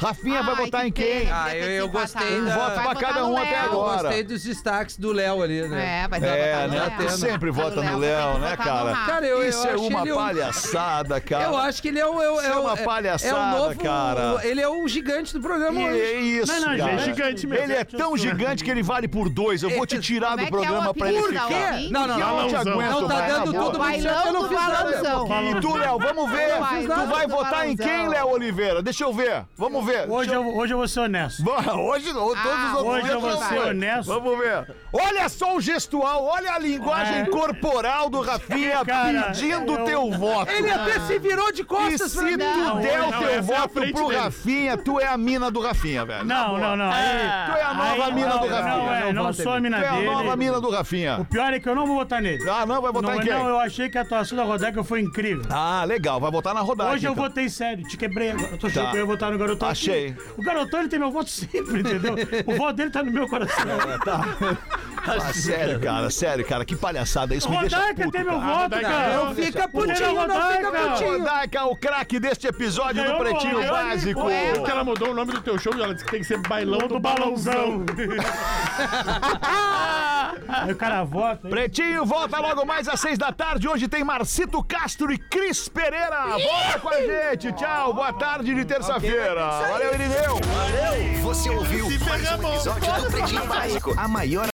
Speaker 2: Rafinha vai
Speaker 5: Ai,
Speaker 2: votar
Speaker 5: que
Speaker 2: em quem?
Speaker 5: pena,
Speaker 3: Ah,
Speaker 5: devia ter
Speaker 3: eu- eu
Speaker 5: empatado.
Speaker 3: gostei da- Um
Speaker 2: voto
Speaker 5: Vai
Speaker 2: pra
Speaker 5: votar
Speaker 2: cada
Speaker 5: no
Speaker 2: um até
Speaker 5: Léo.
Speaker 2: agora.
Speaker 3: Gostei dos destaques do Léo ali, né?
Speaker 5: É, vai ter
Speaker 2: É, né?
Speaker 5: votar no
Speaker 2: Tu
Speaker 5: Léo.
Speaker 2: sempre
Speaker 5: Votar
Speaker 2: vota
Speaker 5: tem
Speaker 2: no
Speaker 5: que
Speaker 2: Léo, né,
Speaker 5: votar no
Speaker 2: cara?
Speaker 5: Rafa.
Speaker 3: Cara, eu,
Speaker 2: Isso
Speaker 3: eu
Speaker 2: é
Speaker 3: achei
Speaker 2: uma
Speaker 3: ele um-
Speaker 2: palhaçada, cara.
Speaker 3: Eu acho que ele é o. é o-
Speaker 2: Isso é
Speaker 3: é o-
Speaker 2: uma
Speaker 3: é o
Speaker 2: palhaçada,
Speaker 3: novo,
Speaker 2: cara.
Speaker 3: Ele é o gigante do programa
Speaker 2: E
Speaker 3: hoje.
Speaker 2: é isso,
Speaker 4: Não, não, ele é um
Speaker 2: cara.
Speaker 4: gigante mesmo.
Speaker 2: Ele é tão gigante que ele vale por dois. Eu vou te tirar
Speaker 5: Como é
Speaker 2: do
Speaker 5: que é o
Speaker 2: programa pra ele
Speaker 5: apelido da
Speaker 2: ficar.
Speaker 5: Léo?
Speaker 3: Quê? é? Não, não,
Speaker 2: Eu
Speaker 3: não.
Speaker 2: não te
Speaker 6: Balãozão.
Speaker 2: aguento
Speaker 3: Não tá
Speaker 2: mais, na
Speaker 3: dando
Speaker 2: boa.
Speaker 3: tudo pra
Speaker 5: Bailão
Speaker 3: certo, eu não
Speaker 5: do
Speaker 3: fiz nada.
Speaker 5: balãozão.
Speaker 2: E tu, Léo, vamos ver.
Speaker 5: Não fiz nada.
Speaker 2: Tu vai votar em quem, Léo Oliveira? Deixa eu ver. Vamos ver.
Speaker 4: Hoje
Speaker 2: Deixa
Speaker 4: eu, hoje eu vou ser honesto.
Speaker 2: Bora, hoje não, todos
Speaker 5: Ah,
Speaker 2: os outros
Speaker 4: hoje eu
Speaker 2: dias
Speaker 4: vou
Speaker 2: não
Speaker 4: ser
Speaker 2: foi.
Speaker 4: honesto.
Speaker 2: Vamos ver. Olha só o gestual, olha a linguagem
Speaker 4: É.
Speaker 2: corporal do Rafinha
Speaker 4: Cara,
Speaker 2: pedindo
Speaker 4: eu-
Speaker 2: teu voto.
Speaker 3: Ele até se virou de
Speaker 2: E
Speaker 3: costas
Speaker 2: se
Speaker 3: pra mim.
Speaker 2: tu der
Speaker 6: não,
Speaker 2: o
Speaker 6: essa é a
Speaker 2: teu voto
Speaker 6: frente
Speaker 2: pro
Speaker 6: dele.
Speaker 2: Rafinha, tu é a mina do Rafinha, velho. Na
Speaker 4: Não,
Speaker 2: boa.
Speaker 4: não, não. Aí-
Speaker 2: Tu é a nova
Speaker 4: aí-
Speaker 2: mina
Speaker 4: não,
Speaker 2: do Rafinha.
Speaker 4: Não, é, não sou a mina
Speaker 2: Tu é a
Speaker 4: dele.
Speaker 2: nova mina do Rafinha.
Speaker 4: O pior é que eu não vou votar nele.
Speaker 2: Ah, não, vai votar
Speaker 4: não, é,
Speaker 2: em quem?
Speaker 4: não, eu achei que a atuação da Rodeca foi incrível.
Speaker 2: Ah, legal, vai votar na rodada.
Speaker 4: Hoje eu
Speaker 2: então.
Speaker 4: votei sério, te quebrei agora. Eu
Speaker 2: Tá.
Speaker 4: tô achando que eu ia votar no garotão. aqui.
Speaker 2: Achei.
Speaker 4: O garotão ele tem meu voto sempre, entendeu? o voto dele tá no meu coração.
Speaker 2: Ah, sério, cara, sério, cara, que palhaçada. Isso me deixa
Speaker 4: Rodaica
Speaker 2: puto,
Speaker 4: tem meu
Speaker 2: cara.
Speaker 4: voto, cara.
Speaker 3: Não fica putinho, não
Speaker 4: Rodaica.
Speaker 3: fica putinho.
Speaker 2: Rodaica, o craque deste episódio do
Speaker 4: Ganhou,
Speaker 2: Pretinho
Speaker 4: ganhou,
Speaker 2: Básico.
Speaker 6: Por isso que ela mudou o nome do teu show, ela disse que tem que ser Bailão
Speaker 4: Todo
Speaker 6: do Balãozão.
Speaker 4: balãozão. Aí o cara vota. hein?
Speaker 2: Pretinho, volta logo mais às seis da tarde. Hoje tem Marcito Castro e Cris Pereira. Volta com a gente. Tchau, boa tarde de terça-feira.
Speaker 1: é
Speaker 2: Valeu, Irineu.
Speaker 1: Você ouviu mais um episódio do Pretinho Básico. A maior